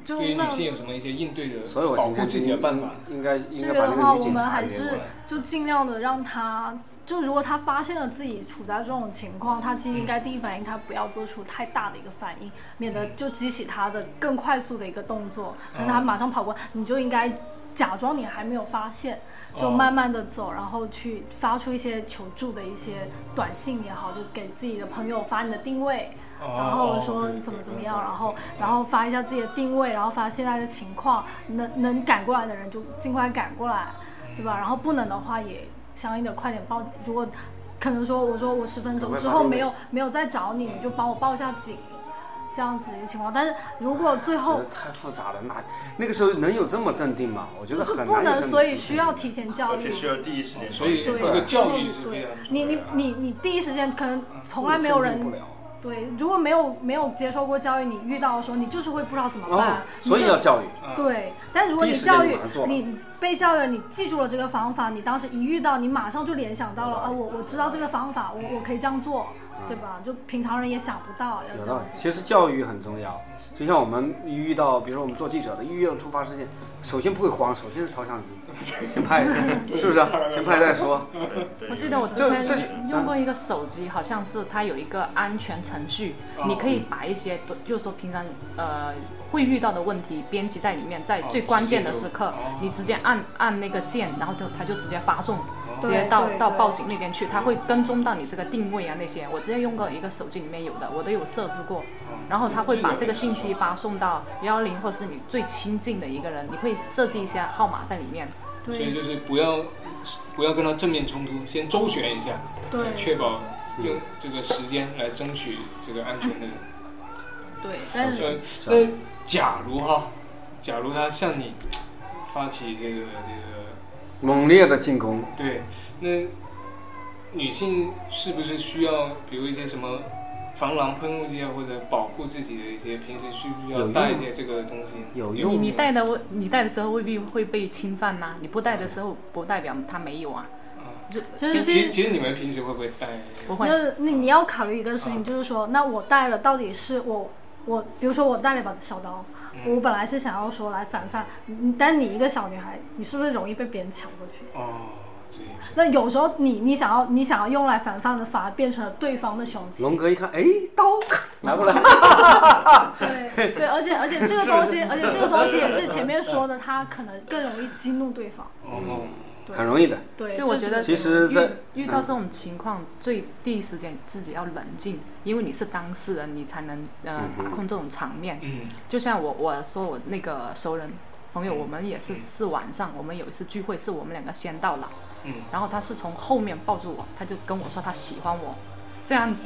就
对于
那
女性有什么一些应对的
所以我
保
今
护
天
自
就
己的办法？
应该应
这
该
个
把
的
那
话，
个女
我
警
们
察
还
约
是
过来。
就尽量的让他，就如果他发现了自己处在这种情况，他其实应该第一反应他不要做出太大的一个反应，免得就激起他的更快速的一个动作，可
嗯
能他马上跑过，你就应该假装你还没有发现，就
哦
慢慢的走，然后去发出一些求助的一些短信也好，就给自己的朋友发你的定位。
哦
然后
哦
说
对对
怎么
对
怎么
对
样，
嗯
对
然后
对
然后发一下自己的定位，然后发现在的情况，能能赶过来的人就尽快赶过来，
嗯
对吧？然后不能的话也相应的快点报警。如果可能说我说我十分
赶快发
钟之后
定位
没有没有再找你，你就帮我报一下警，这样子的一个情况。但是如果最
觉
后
得太复杂了，那那个时候能有这么镇定吗？我觉得
就
很
不
难有这
能，
么
所
镇
以
定
需要提前教
而
育
且。需要第一时间
所以这
对
个教育是非常重
你
要的
你
啊
你你第一时间可能从来没有
镇定
人
不了
对，如果没有没有接受过教育，你遇到的时候，你就是会不知道怎么办。
哦，所以
你就
要教育。
对，但如果
第一
你
时间
教
就
育
马上做了
你被教育了，你记住了这个方法，你当时一遇到，你马上就联想到了啊，我我知道这个方法，我我可以这样做，对吧？就平常人也想不到，要
啊有
这
道
样
理，
子。
其实教育很重要。就像我们遇到，比如说我们做记者的，遇到突发事件，首先不会慌，首先是照 相机，先拍，是不是啊？先拍再说。
对
我记得我之
这这
前用过一个手机，好像是它有一个安全程序，你可以把一些就是说平常呃会遇到的问题编辑在里面，在
哦
最关键的时刻
直接就哦，
你直接按按那个键，然后就它就直接发送，
哦
直
对
接到
对
到
对
报警那边去，它会跟踪到你这个定位啊那些。我之前用过一个手机里面有的，我都有设置过，
哦
然后它会把这个信息发送到幺幺零或是你最亲近的一个人，你可以设置一些号码在里面。
所以
对
就是不要不要跟他正面冲突，先周旋一下，
对
确保
嗯
用这个时间来争取这个安全的人。
嗯
对，
但是
呃，
嗯
那假如哈，假如他向你发起这个这
猛烈的进攻，
个，对，那女性是不是需要，比如一些什么防狼喷雾剂啊，或者保护自己的一些，平时需不需
有
要
用
带一些这个东西？
有
你
用
你
吗
戴的未你戴的时候未必会被侵犯呐、你不戴的时候不代表它没有啊，
啊
就
其实
就
其
这
实其实你们平时会不会带？
不会。
那那你要考虑一个事情，就是说，那我带了到底是我我，比如说我带了一把小刀，我本来是想要说来防范，你但你一个小女孩，你是不是容易被别人抢过去？
哦，这也是。
那有时候你你想要你想要用来防范的，反而变成了对方的凶器。
龙哥一看，哎，刀拿过来，
对对，而且而且这个东西，而且这个东西也是前面说的，它可能更容易激怒对方。
哦，
对
很容易的。
对，
对，我觉得
其实在嗯
遇遇到这种情况，最第一时间自己要冷静，因为你是当事人，你才能呃
嗯
把控这种场面。
嗯，
就像我我说我那个熟人朋
嗯
友，我们也是是晚上，我们有一次聚会是我们两个先到了，
嗯，
然后他是从后面抱住我，他就跟我说他喜欢我，这样
哎
子，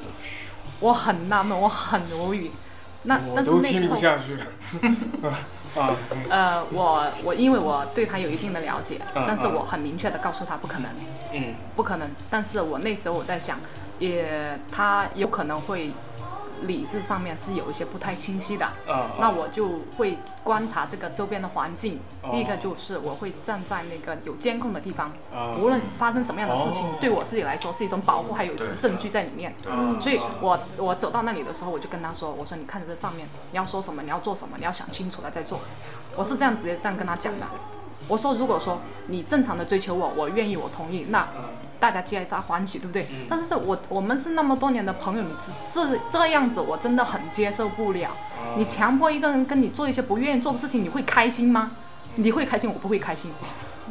我很纳闷，我很无语。那
我
但是
都
那时
听不
候
下去了。嗯 啊，
呃，我我因为我对他有一定的了解，
嗯
但是我很明确的告诉他不可能，
嗯，
不可能。但是我那时候我在想，也他有可能会理智上面是有一些不太清晰的，
啊啊，
那我就会观察这个周边的环境。
哦
第一个就是我会站在那个有监控的地方，
啊
无论发生什么样的事情
哦，
对我自己来说是一种保护，还有一种
对
证据在里面。
啊
对
所以我我走到那里的时候，我就跟他说：“我说你看着这上面，你要说什么，你要做什么，你要想清楚了再做。”我是这样直接这样跟他讲的。我说：“如果说你正常的追求我，我愿意，我同意，那大家皆大欢喜，对不对？
嗯
但是我我们是那么多年的朋友，你这这这样子，我真的很接受不了。你强迫一个人跟你做一些不愿意做的事情，你会开心吗？你会开心，我不会开心。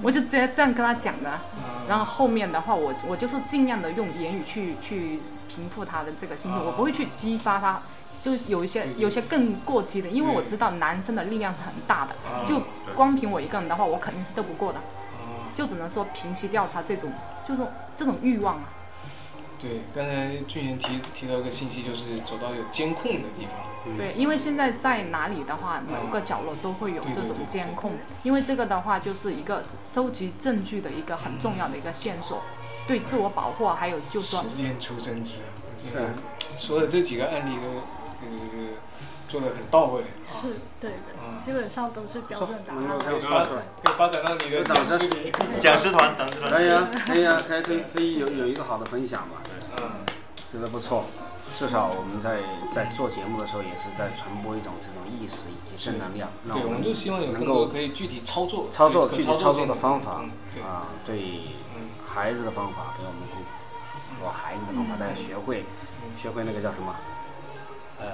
我就直接这样跟他讲的。
啊
然后后面的话，我我就是尽量的用言语去去平复他的这个心情，我不会去激发他。就是有一些有一些更过激的，因为我知道男生的力量是很大的，就光凭我一个人的话，我肯定是斗不过的，
啊
就只能说平息掉他这种就是这种欲望啊。
对，刚才俊贤提提到一个信息，就是走到有监控的地方。
对，因为现在在哪里的
嗯
话，某个角落都会有
对
这
对
种
对
监控，因为这个的话就是一个收集证据的一个很重要的一个线索，对自我保护啊，还有就是说
实践出啊真知，这
啊
个说的这几个案例都这个这个做的很到位啊，
是对
嗯
对，基本上都是标准答案。
可以
发可以发展到你的讲师里。
讲师团，讲师团，
可以啊，可以啊，可以可以可以有有一个好的分享嘛，
嗯，
觉得不错。至少我们在在做节目的时候，也是在传播一种这种意识以及正能量。让
对，我们就希望有
能
更
够
多可以具体操作、
操作
可
具体操作的方法
嗯对嗯
啊，对孩子的方法，给我们去说孩子的
嗯
方法，大家学会学会那个叫什么？呃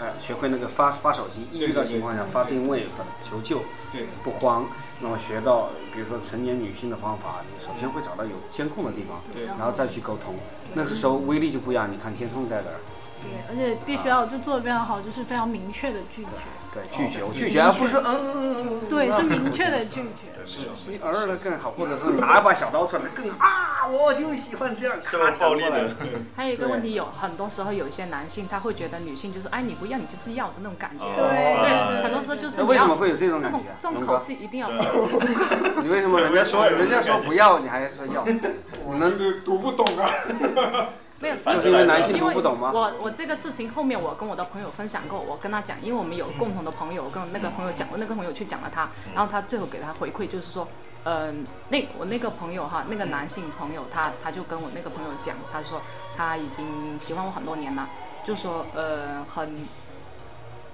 呃，学会那个发发手机，一
对
遇到
嗯对
情况下
对
发
对嗯
定位、发求救，
对
不慌。那么学到，比如说成年女性的方法，你首先会找到有监控的地方，
对
然后再去沟通。那个时候威力就不一样。你看监控在哪儿，
对，而且必须要就做的非常好，就是非常明确的拒绝，
对，拒绝，我拒绝，而不是嗯嗯嗯嗯嗯，
对，是明确的拒绝。
是的是
你
的
儿的更好，或者是拿一把小刀出来更好啊，我就喜欢这样，
这
咔
么
抢
暴
过
力
来
的。，
还有一个
对
问题有，很多时候有一些男性他会觉得女性就是哎你不要你就是要的那种感觉，
哦
对，
对
很多时候就是
那
你
为什
要
么会有这种
这
感
种
觉啊？
这种
龙
口
哥，
气一定要，
你为什么人家说
对为
人
什么有这种
家说
感觉
不要，你还说 要？我能
是读不懂啊。
没有
就是因为男性
因
读
为
不懂吗？
我我这个事情后面我跟我的朋友分享过，我跟他讲，因为我们有
嗯
共同的朋友，我跟那个朋友讲，我那个朋友去讲了他，然后他最后给他回馈就是说，嗯、那我那个朋友哈，那个男性朋友他他就跟我那个朋友讲，他说他已经喜欢我很多年了，就说呃很。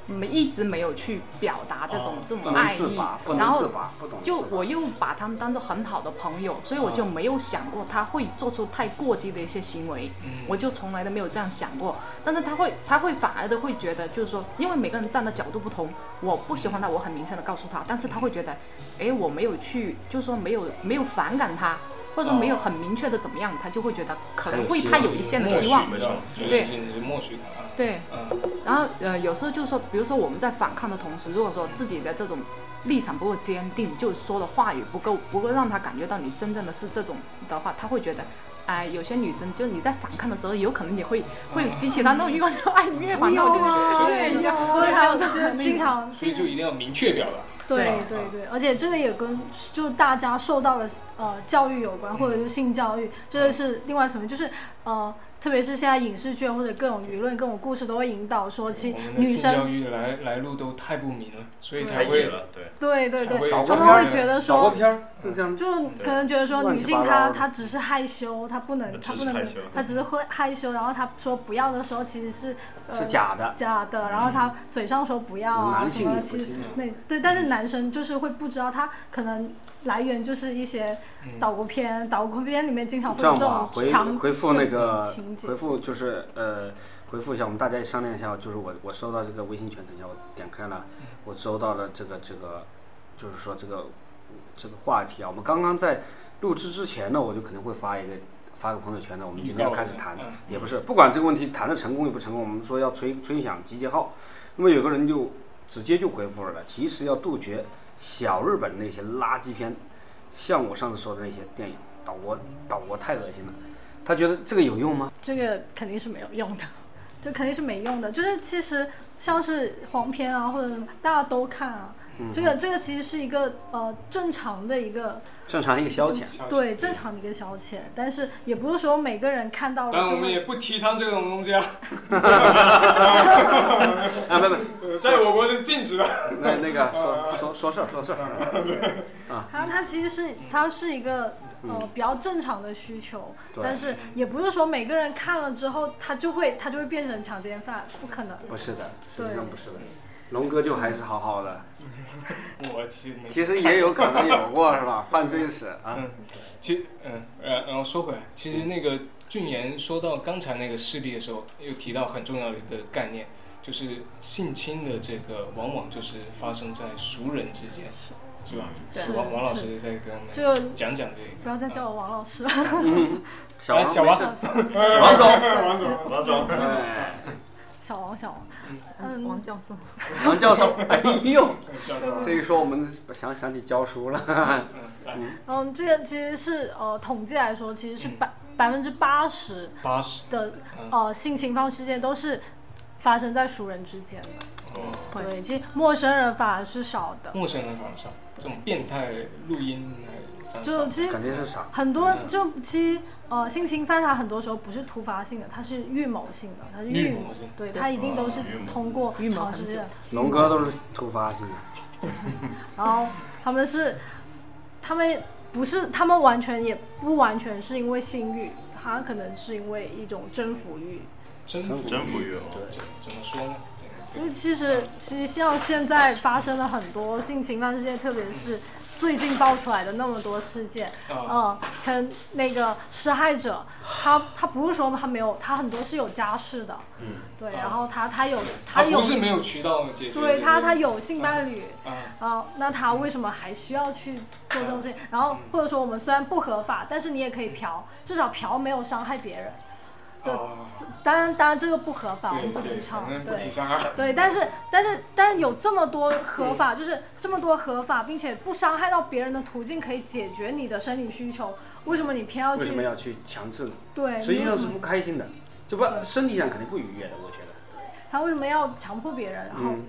没一直没有去表达这种、
哦
这种
不能
爱
自
意
拔，，不
然
能
后
自拔，不懂自
就
拔嗯
我又把他们当做很好的朋友，所以我就没有想过他会做出太过激的一些行为，
嗯
我就从来都没有这样想过。但是他会，他会反而的会觉得，就是说，因为每个人站的角度不同，我不喜欢他，我很明确的告诉他，但是他会觉得，哎，我没有去，就是说没有没有反感他，或者说没有很明确的怎么样，他就会觉得可能会他哦有一线的希望，
默许的
对
对，就是你默许他啊。
对。
嗯，
然后呃，有时候就是说，比如说我们在反抗的同时，如果说自己的这种立场不够坚定，就是说的话语不够，不够让他感觉到你真正的是这种的话，他会觉得。哎、有些女生就你在反抗的时候，有可能你会会激起她那种欲望，说哎，你越反抗，我就对，
对，
要
所以还有就
这
是经常
所以
经
就一定要明确表达。
对
对
对对，而且这个也跟就大家受到的呃教育有关，或者是性教育，这个是另外一层面，就是呃，特别是现在影视啊圈或者各种舆论、各种故事都会引导说，其
我
实
们的
女
性教
生
育来来路都太不明了，所以
太
才
野
会
了，对，
对对
才
对，
会
他
导
们
播片
会
儿
觉得
搞过
说，
片儿就这样，
就可能觉得说
乱
女
七
性
八糟
她
的
她只是害羞，她不能
她
她
只
不
是
能
害羞
她只是会害羞，然后她说不要的时候其实是呃
是假的。
假的，然后她嘴上说不要啊
男
什
性
么
也
的，
不
其实
清楚。
那对，但是男生就是会不知道，他可能来源就是一些
嗯
嗯
岛国片，岛国片里面经常会
这
有
样
这
吧，
种
回
强
回复
制
那个
情节
回。复就是呃，回复一下，我们大家商量一下，就是我我收到这个微信群，等一下我点开了，我收到了这个这个，就是说这个这个话题啊，我们刚刚在录制之前呢，我就肯定会发一个发个朋友圈的，我们今天要开始谈，
嗯
也不是不管这个问题谈的成功与不成功，我们说要吹吹响集结号，那么有个人就直接就回复了，其实要杜绝小日本那些垃圾片，像我上次说的那些电影，岛国岛国太恶心了。他觉得这个有用吗？
这个肯定是没有用的，这肯定是没用的。就是其实像是黄片啊或者什么，大家都看啊。
嗯
这个这个其实是一个呃正常的一个
正常一个消遣，
消遣
对正常的一个消遣，但是也不是说每个人看到
当然，
了
我
就
们也
会
不提倡这种东西啊，
啊，不不，
呃在我国是禁止的。
那那个说说说事儿说事儿，
它它其实是它是一个
嗯
呃比较正常的需求，
对
但是也不是说每个人看了之后他就会他就会变成强奸犯，不可能。
不是的，实际
对
上不是的，龙哥就还是好好的，
我其实没
其实也有可能有过是吧？犯罪史啊，
嗯，其实嗯呃，然后说回来，其实那个俊言说到刚才那个事例的时候，又提到很重要的一个概念，就是性侵的这个往往就是发生在熟人之间，是吧？
对
是王王老师在跟我
这
们
个
讲讲这个。
不要再叫我王老师了，
小
哎
王
小
没
王
事，
王总，
王总，
王总，
哎，
小王小王，嗯
王，教授，
王教授，哎呦，
教
嗯
授，
这一说我们想想起教书了，
嗯，来，
嗯，这个其实是呃统计来说，其实是百百分之八十
八十，
的呃性情方事件都是发生在熟人之间的，
哦
对，其实陌生人反而是少的。
陌生人反上，这种变态录音来反
就
上，
其实
肯定是傻，
很多人就其实呃性侵犯它很多时候不是突发性的，它是预谋性的，它是预
预谋性
对，它一定都是通过
预谋
长时间的，
龙哥都是突发性的，
然后他们是他们不是他们完全也不完全是因为性欲，他可能是因为一种征服欲。
征服
征服
欲
欲，
对
哦，
怎么说呢？对
就是其实其实像现在发生了很多性侵犯事件，特别是最近爆出来的那么多事件，嗯，可能那个施害者他他不是说他没有，他很多是有家室的，
嗯，
对，
啊
然后他他有
他
有
啊不是没有渠道解决这个问
对
题，
他他有性伴侣。
啊，
啊，那他为什么还需要去做这种事情？然后或者说我们虽然不合法，但是你也可以嫖，至少嫖没有伤害别人。
哦，
当然，当然这个不合法，我
对
们不
对，
提倡
反。正不
对
提倡啊。
对，但是但是但是有这么多合法，就是这么多合法，并且不伤害到别人的途径可以解决你的生理需求，为什么你偏要
为
去
什？么要去强制呢？
嗯对，嗯
实际
你为
上
什
是
么
不开心的，就不身体上肯定不愉悦的，我觉得。
他为什么要强迫别人？然后、
嗯，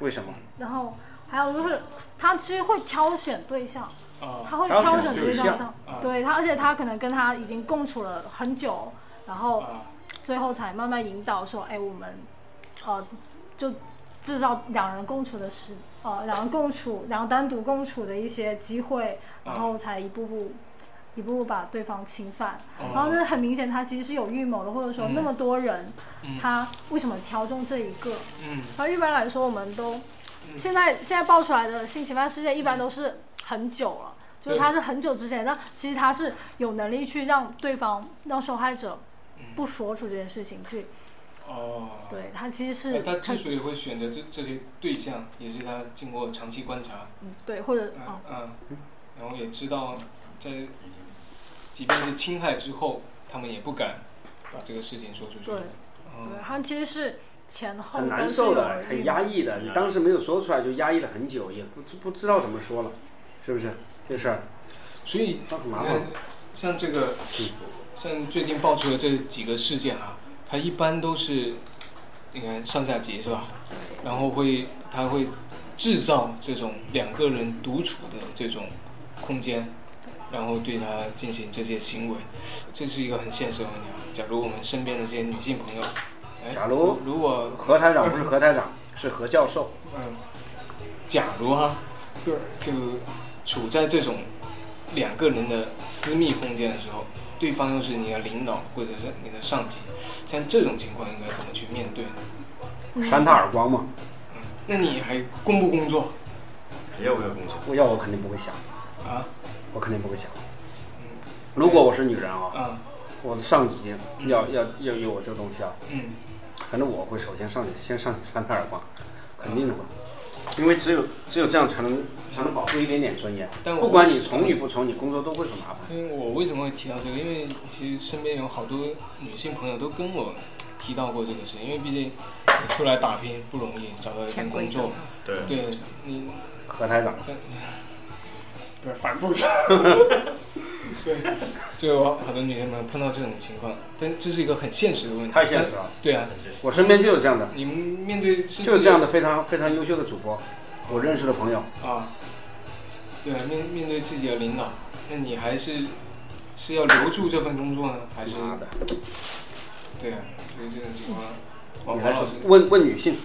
为什么？
然后还有就是他其实会挑选对象，
啊，
他会
挑
挑
选
选
对
对象
象
的
啊，
对他，而且他可能跟他已经共处了很久，然后
啊，
最后才慢慢引导说，哎，我们，呃，就制造两人共处的时，呃，两人共处，两人单独共处的一些机会，
啊
然后才一步步。一步步把对方侵犯，
哦
然后呢，很明显他其实是有预谋的，或者说
嗯
那么多人，
嗯
他为什么挑中这一个？
嗯
然后一般来说，我们都现在现在爆出来的性侵犯事件，一般都是很久了，就是
对
他是很久之前，但其实他是有能力去让对方让受害者不说出这件事情去，
嗯哦。
对他其实
那
是
他之
很
所以会选择这这些对象，也是他经过长期观察，
嗯对或者
嗯
啊
嗯，然后也知道，在即便是侵害之后，他们也不敢把这个事情说出去。
对对，
嗯，
他其实是前后
很
都
难
是
受
有
的，
一嗯
很压抑的。你当时没有说出来，就压抑了很久，也不不知道怎么说了，是不是？这事儿
所以
那很
你
麻烦
看。，像这个，
嗯
像最近爆出的这几个事件啊，它一般都是，你看上下级是吧？然后会，它会制造这种两个人独处的这种空间，然后对他进行这些行为，这是一个很现实的问题啊。假如我们身边的这些女性朋友，哎，
假如
如果
何台长不是何台长，是何教授。
嗯，假如哈、就就处在这种两个人的私密空间的时候，对方又是你的领导或者是你的上级，像这种情况应该怎么去面对呢？
扇他耳光嘛，
嗯，那你还工不工作
还要不要工作？
我要我肯定不会想，
啊？
我肯定不会想。
嗯
如果我是女人啊，
啊
我的上级要要要有我这个东西啊，
嗯
反正我会首先上去，先上去扇他耳光，肯定的嘛。因为只有只有这样才能才能保护一点点尊严。
但我
不管你从与不从，你工作都会很麻烦。
因为嗯我为什么会提到这个？因为其实身边有好多女性朋友都跟我提到过这个事，因为毕竟出来打拼不容易，找到一份
潜规
工
则
作，
对，
对你
何台长，
不是反复上。 对，就有好多女生们碰到这种情况，但这是一个很现实的问题。
太现实了
但。对啊，
我身边就有这样的，
你们面对是
就有这样的非常非常优秀的主播，我认识的朋友，
啊，对啊，面面对自己的领导，那你还是是要留住这份工作呢，还是
妈的，
对啊？所以这种情况，王
你还
王老
说
师，
问问女性，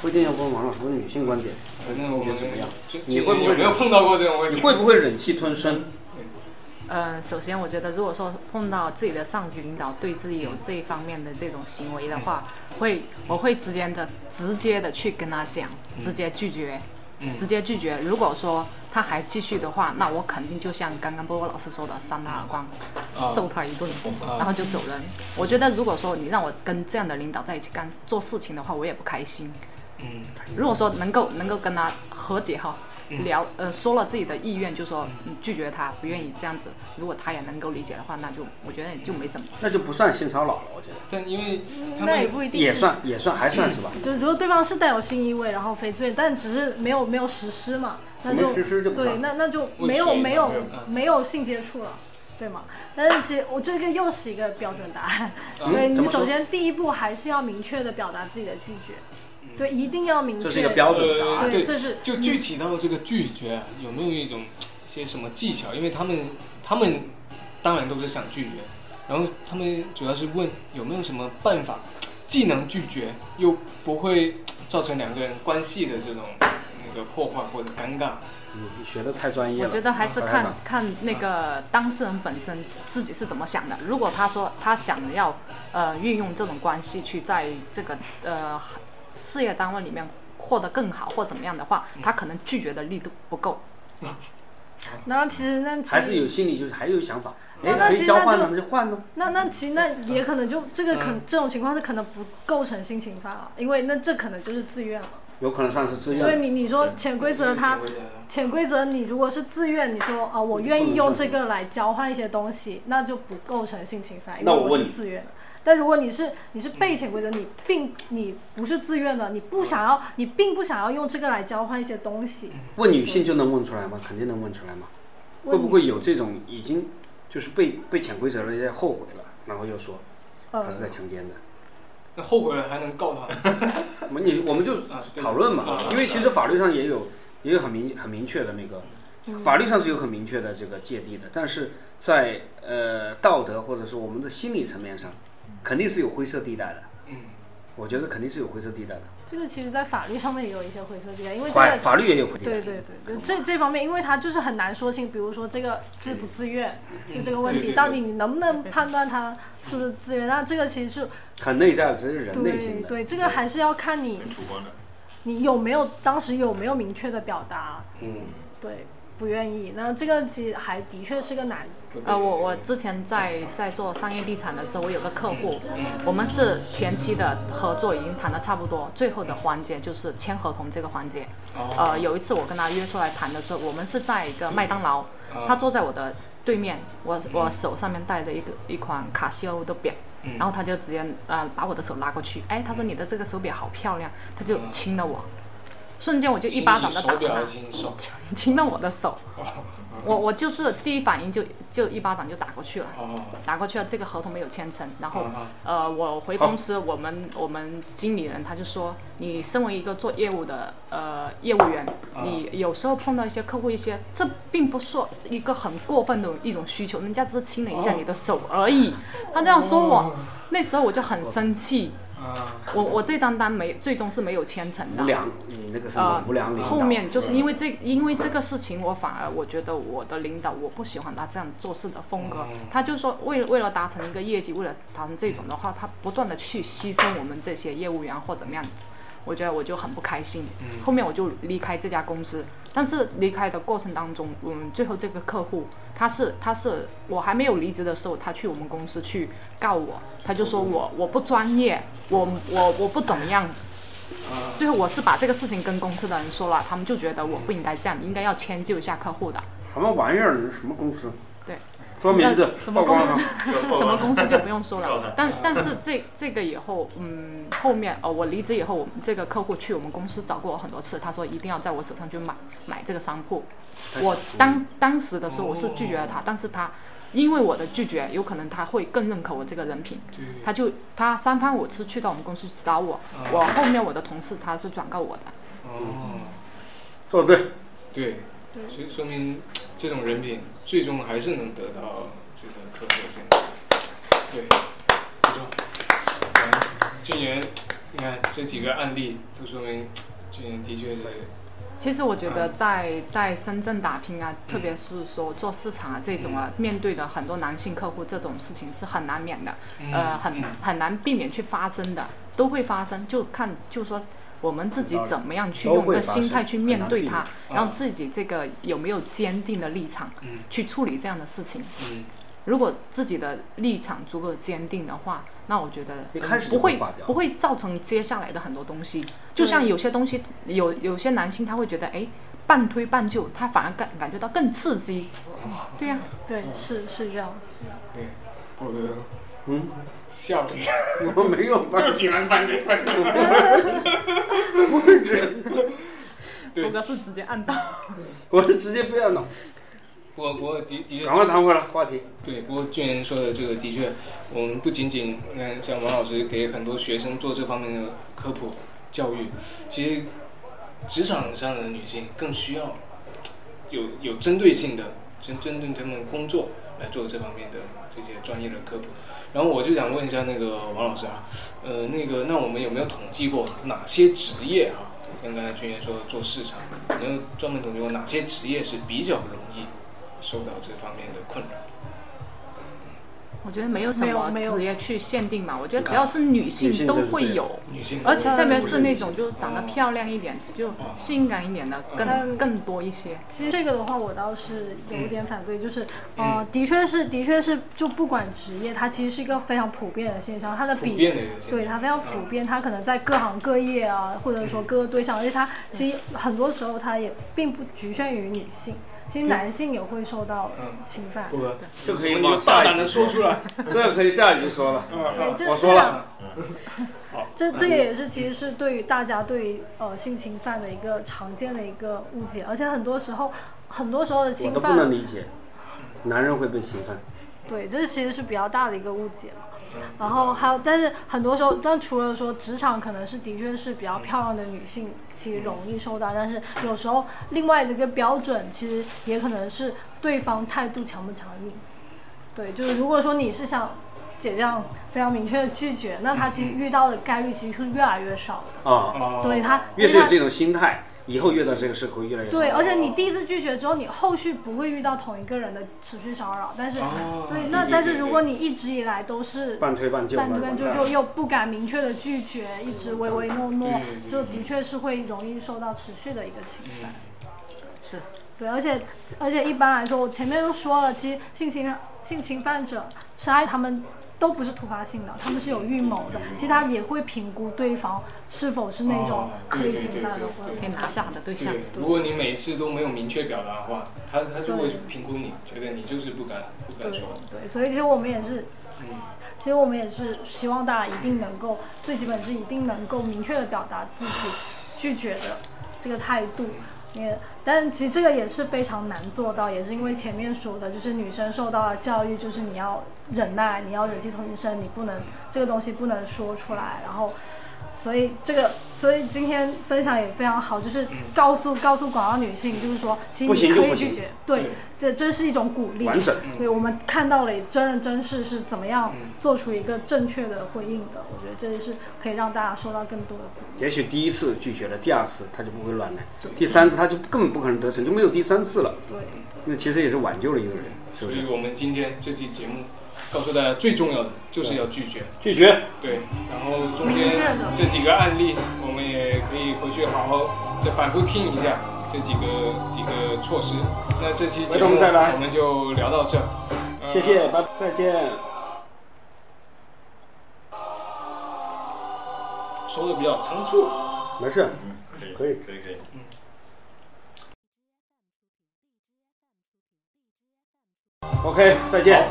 不一定要问王老师，问女性观点，
反正我
你觉
们
得怎么样？
就
你会不会
有没有碰到过这种问
你
题？
会不会忍气吞声？
呃，首先我觉得，如果说碰到自己的上级领导对自己有这一方面的这种行为的话，
嗯
会我会直接的直接的去跟他讲，直接拒绝，
嗯
直接拒绝。如果说他还继续的话，那我肯定就像刚刚波波老师说的，扇他耳光，
啊
揍他一顿，
啊
然后就走人。我觉得，如果说你让我跟这样的领导在一起干做事情的话，我也不开心。
嗯
如果说能够能够跟他和解哈，
嗯
聊呃说了自己的意愿，就说你拒绝他，不愿意这样子，如果他也能够理解的话，那就我觉得也就没什么。
那就不算性骚扰了，我觉得
但因为他
那也
们
不一定
也。算也算还算是吧。
就如果对方是带有性意味，然后非罪，但只是没有没有实施嘛，那就
没实施就不
对，
算
那那就没有
未遂
没有
没有
没有性接触了，对吗？但是其实我这个又是一个标准答案，
嗯
对
怎
你
么说
首先第一步还是要明确的表达自己的拒绝，对，一定要明
嗯
确。
这是一个标准答
呃，
案。
对
对，
这是
就
嗯
具体到这个拒绝啊，有没有一种一些什么技巧？因为他们他们当然都是想拒绝，然后他们主要是问有没有什么办法，既能拒绝又不会造成两个人关系的这种那个破坏或者尴尬。
你你学的太专业
我
了。
觉得还是
何台
看
长
看那个当事人本身自己是怎么想的。如果他说他想要呃运用这种关系去在这个呃事业单位里面获得更好或怎么样的话，他可能拒绝的力度不够。
然后其实那其实
还是有心里就是还有想法，哎，
那那
可以交换
那
的，
就
那就换呢。
那那其实那也可能就这个可
嗯
这种情况是可能不构成性侵犯了，因为那这可能就是自愿了。
有可能算是自愿
对
的。
你你说潜规则它
这个啊
潜规则，你如果是自愿，你说啊，我愿意用这个来交换一些东西，那就不构成性侵犯，因为
那我
我
问
是
你
自愿的。但如果你是你是被潜规则，你并你不是自愿的，你不想要，你并不想要用这个来交换一些东西。
问女性就能问出来吗？肯定能问出来吗？
问
会不会有这种已经就是被被潜规则了，也后悔了，然后又说
呃
他，是在强奸的？
那后悔了还能告他？
我们你我们就
啊对
讨论嘛
啊，
因为其实法律上也有也有很明很明确的那个，
嗯
法律上是有很明确的这个芥蒂的，但是在呃道德或者是我们的心理层面上，肯定是有灰色地带的。
嗯，
我觉得肯定是有灰色地带的，
这个其实在法律上面也有一些灰色地带，因为这
法
个
法律也有灰色地带。
对对对，就这这方面，因为他就是很难说清，比如说这个自不自愿，就这个问
对对
题，
对
到底你能不能判断他是不是自愿？那这个其实是
很内在的，只是人内心
对
的。
对，这个还是要看你
很主观的。
你有没有当时有没有明确的表达，
嗯，
对，不愿意。那这个其实还的确是个难，
呃，我我
嗯
之前在在做商业地产的时候，我有个客户，
嗯
我们是前期的合作已经谈的差不多，最后的环节就是签合同这个环节。
哦
呃，有一次我跟他约出来谈的时候，我们是在一个麦当劳，
哦
他坐在我的对面，我我手上面戴着一个一款卡西欧的表。
嗯
然后他就直接呃把我的手拉过去，哎，他说你的这个手表好漂亮，他就亲了我，瞬间我就一巴掌的打
手
了
表哦
他
还，哦亲手，
亲到我的手，我我就是第一反应就就一巴掌就打过去了，
哦，
打过去了，这个合同没有签成，然后
嗯嗯
呃我回公司，我们我们经理人他就说，你身为一个做业务的呃业务员，你有时候碰到一些客户一些，这并不是一个很过分的一种需求，人家只是亲了一下你的手而已，他这样说我，那时候我就很生气，
啊，
我我这张单没最终是没有签成的
无。良，你那个是什
呃
啊
么无良领导。
后面就是因为这，因为这个事情，我反而我觉得我的领导我不喜欢他这样做事的风格。他就说为为了达成一个业绩，为了达成这种的话，他不断的去牺牲我们这些业务员或怎么样子，我觉得我就很不开心。后面我就离开这家公司，但是离开的过程当中，嗯，最后这个客户他是他是我还没有离职的时候，他去我们公司去告我，他就说我我不专业，我我我不怎么样。最后我是把这个事情跟公司的人说了，他们就觉得我不应该这样，应该要迁就一下客户的。
什么玩意儿？什么公司？
对，
说名字
那。什么
曝光
公司
了？
什么公司就不用说
告他
了。但但是这这个以后，嗯，后面哦，我离职以后，我们这个客户去我们公司找过我很多次，他说一定要在我手上去买买这个商铺。我当当时的时候我是拒绝了他，但是他因为我的拒绝，有可能他会更认可我这个人品，
对，
他就他三番五次去到我们公司去找我，我后面我的同事他是转告我的。
哦，
做的对，
对，所以说明这种人品最终还是能得到这个可塑性。对，不错。嗯俊言，你看这几个案例都说明俊言的确是
其实我觉得在在深圳打拼啊，特别是说做市场啊这种啊，面对的很多男性客户这种事情是很难免的，
嗯
呃，
嗯
很很难避免去发生的，都会发生，就看就说我们自己怎么样去
都
用
会
个
发
心
生
态去
很
面
难
对
避
它
免，嗯
然后自己这个有没有坚定的立场去处理这样的事情。
嗯
如果自己的立场足够坚定的话，那我觉得
一开始
不
就
会
会挂掉
不会造成接下来的很多东西。就像有些东西，有有些男性他会觉得，哎，半推半就，他反而感感觉到更刺激。
哦
对呀、
对，
嗯
是是这样。
对，我的
嗯，
笑了 一下，
我没有办
喜欢翻给翻给。对
我哥是直接
啊
按到。
我是直接不要弄，
我我的的确
赶快谈回来话题。
对，不过俊言说的这个的确，我们不仅仅嗯，像王老师给很多学生做这方面的科普教育，其实职场上的女性更需要有有针对性的针针对他们工作来做这方面的这些专业的科普。然后我就想问一下那个王老师啊，呃，那个那我们有没有统计过哪些职业啊？像刚才俊言说做市场，有没有专门统计过哪些职业是比较容易受到这方面的困扰？
我觉得没有什
没有
么
没有
职业去限定嘛，我觉得只要是女
啊女
性
性
都
就是
会
对哦
有。
女性的
而且特别
嗯
是那种就长得漂亮一点、就性感一点的，更
嗯
更多一些。
其实这个的话，我倒是有点反对，就是，
嗯
呃，的确是，的确是，就不管职业，它其实是一个非常普遍的现象，它的
普
比
遍的一个现象
对它非常普遍，它可能在各行各业啊，或者说各个对象，而且它其实很多时候它也并不局限于女性。其实男性也会受到
嗯
侵犯。
不哥，
这可
你
以
就
往
大
下
胆
一
的
集
说
说，
出来。
这可以下一集说了。
对，这
我说了，
这
嗯
这个也是其实是对于大家对于呃性侵犯的一个常见的一个误解，而且很多时候很多时候的
我
侵
都不能
犯，
理解，男人会被侵犯，
对，这其实是比较大的一个误解嘛。
嗯
然后还有，但是很多时候，但除了说职场可能是的确是比较漂亮的女性，其实容易受到，但是有时候另外的一个标准其实也可能是对方态度强不强硬。对，就是如果说你是想姐这样非常明确的拒绝，那他其实遇到的概率其实是越来越少的。
啊，
哦
对他，
越是
因为
有
他
这种心态，以后遇到这个事会越来越少。
对，而且你第一次拒绝之后，你后续不会遇到同一个人的持续骚扰，但是、
哦
对，
对
那
对
但
对对
是如果你一直以来都是
半推半就，
半推半就，
慢慢
就又不敢明确的拒绝，一直唯唯诺诺
对对，对
就的确是会容易受到持续的一个侵犯。
是
对，而且而且一般来说，我前面又说了，其实性侵性侵犯者杀害他们都不是突发性的，他们是有预谋的，其实他也会评估对方是否是那种
哦
刻
对
意
对
侵
对
犯的
对
或者
对
可以拿下他的对象
对。，如果你每次都没有明确表达的话，他他就会评估你，觉得你就是不敢不敢
对
说。
对，所以其实我们也是，
嗯
其实我们也是希望大家一定能够，最基本是一定能够明确的表达自己拒绝的这个态度。也，但其实这个也是非常难做到，也是因为前面说的，就是女生受到的教育，就是你要忍耐，你要忍气吞声，你不能这个东西不能说出来，然后。所以这个，所以今天分享也非常好，就是告诉告诉广大女性，就是说，
嗯
其
不
实
行
你
就
可以
不行嗯
拒绝，对，这这是一种鼓励，
完整
对，我们看到了真人真事是怎么样做出一个正确的回应的，我觉得这也是可以让大家受到更多的鼓
也许第一次拒绝了，第二次他就不会乱来，第三次他就根本不可能得逞，就没有第三次了。
励。对，
那其实也是挽救了一个人，是
所
不
以
是？
我们今天这期节目告诉大家，最重要的就是要拒绝。
拒绝，
对，然后中间这几个案例，我们也可以回去好好再反复听一下这几个几个措施。那这期节
回
目
头再来
我们就聊到这儿，呃
谢谢，拜，再见。
说的比较仓促。
没事。
可以
可以
嗯可以可以。
OK，再见。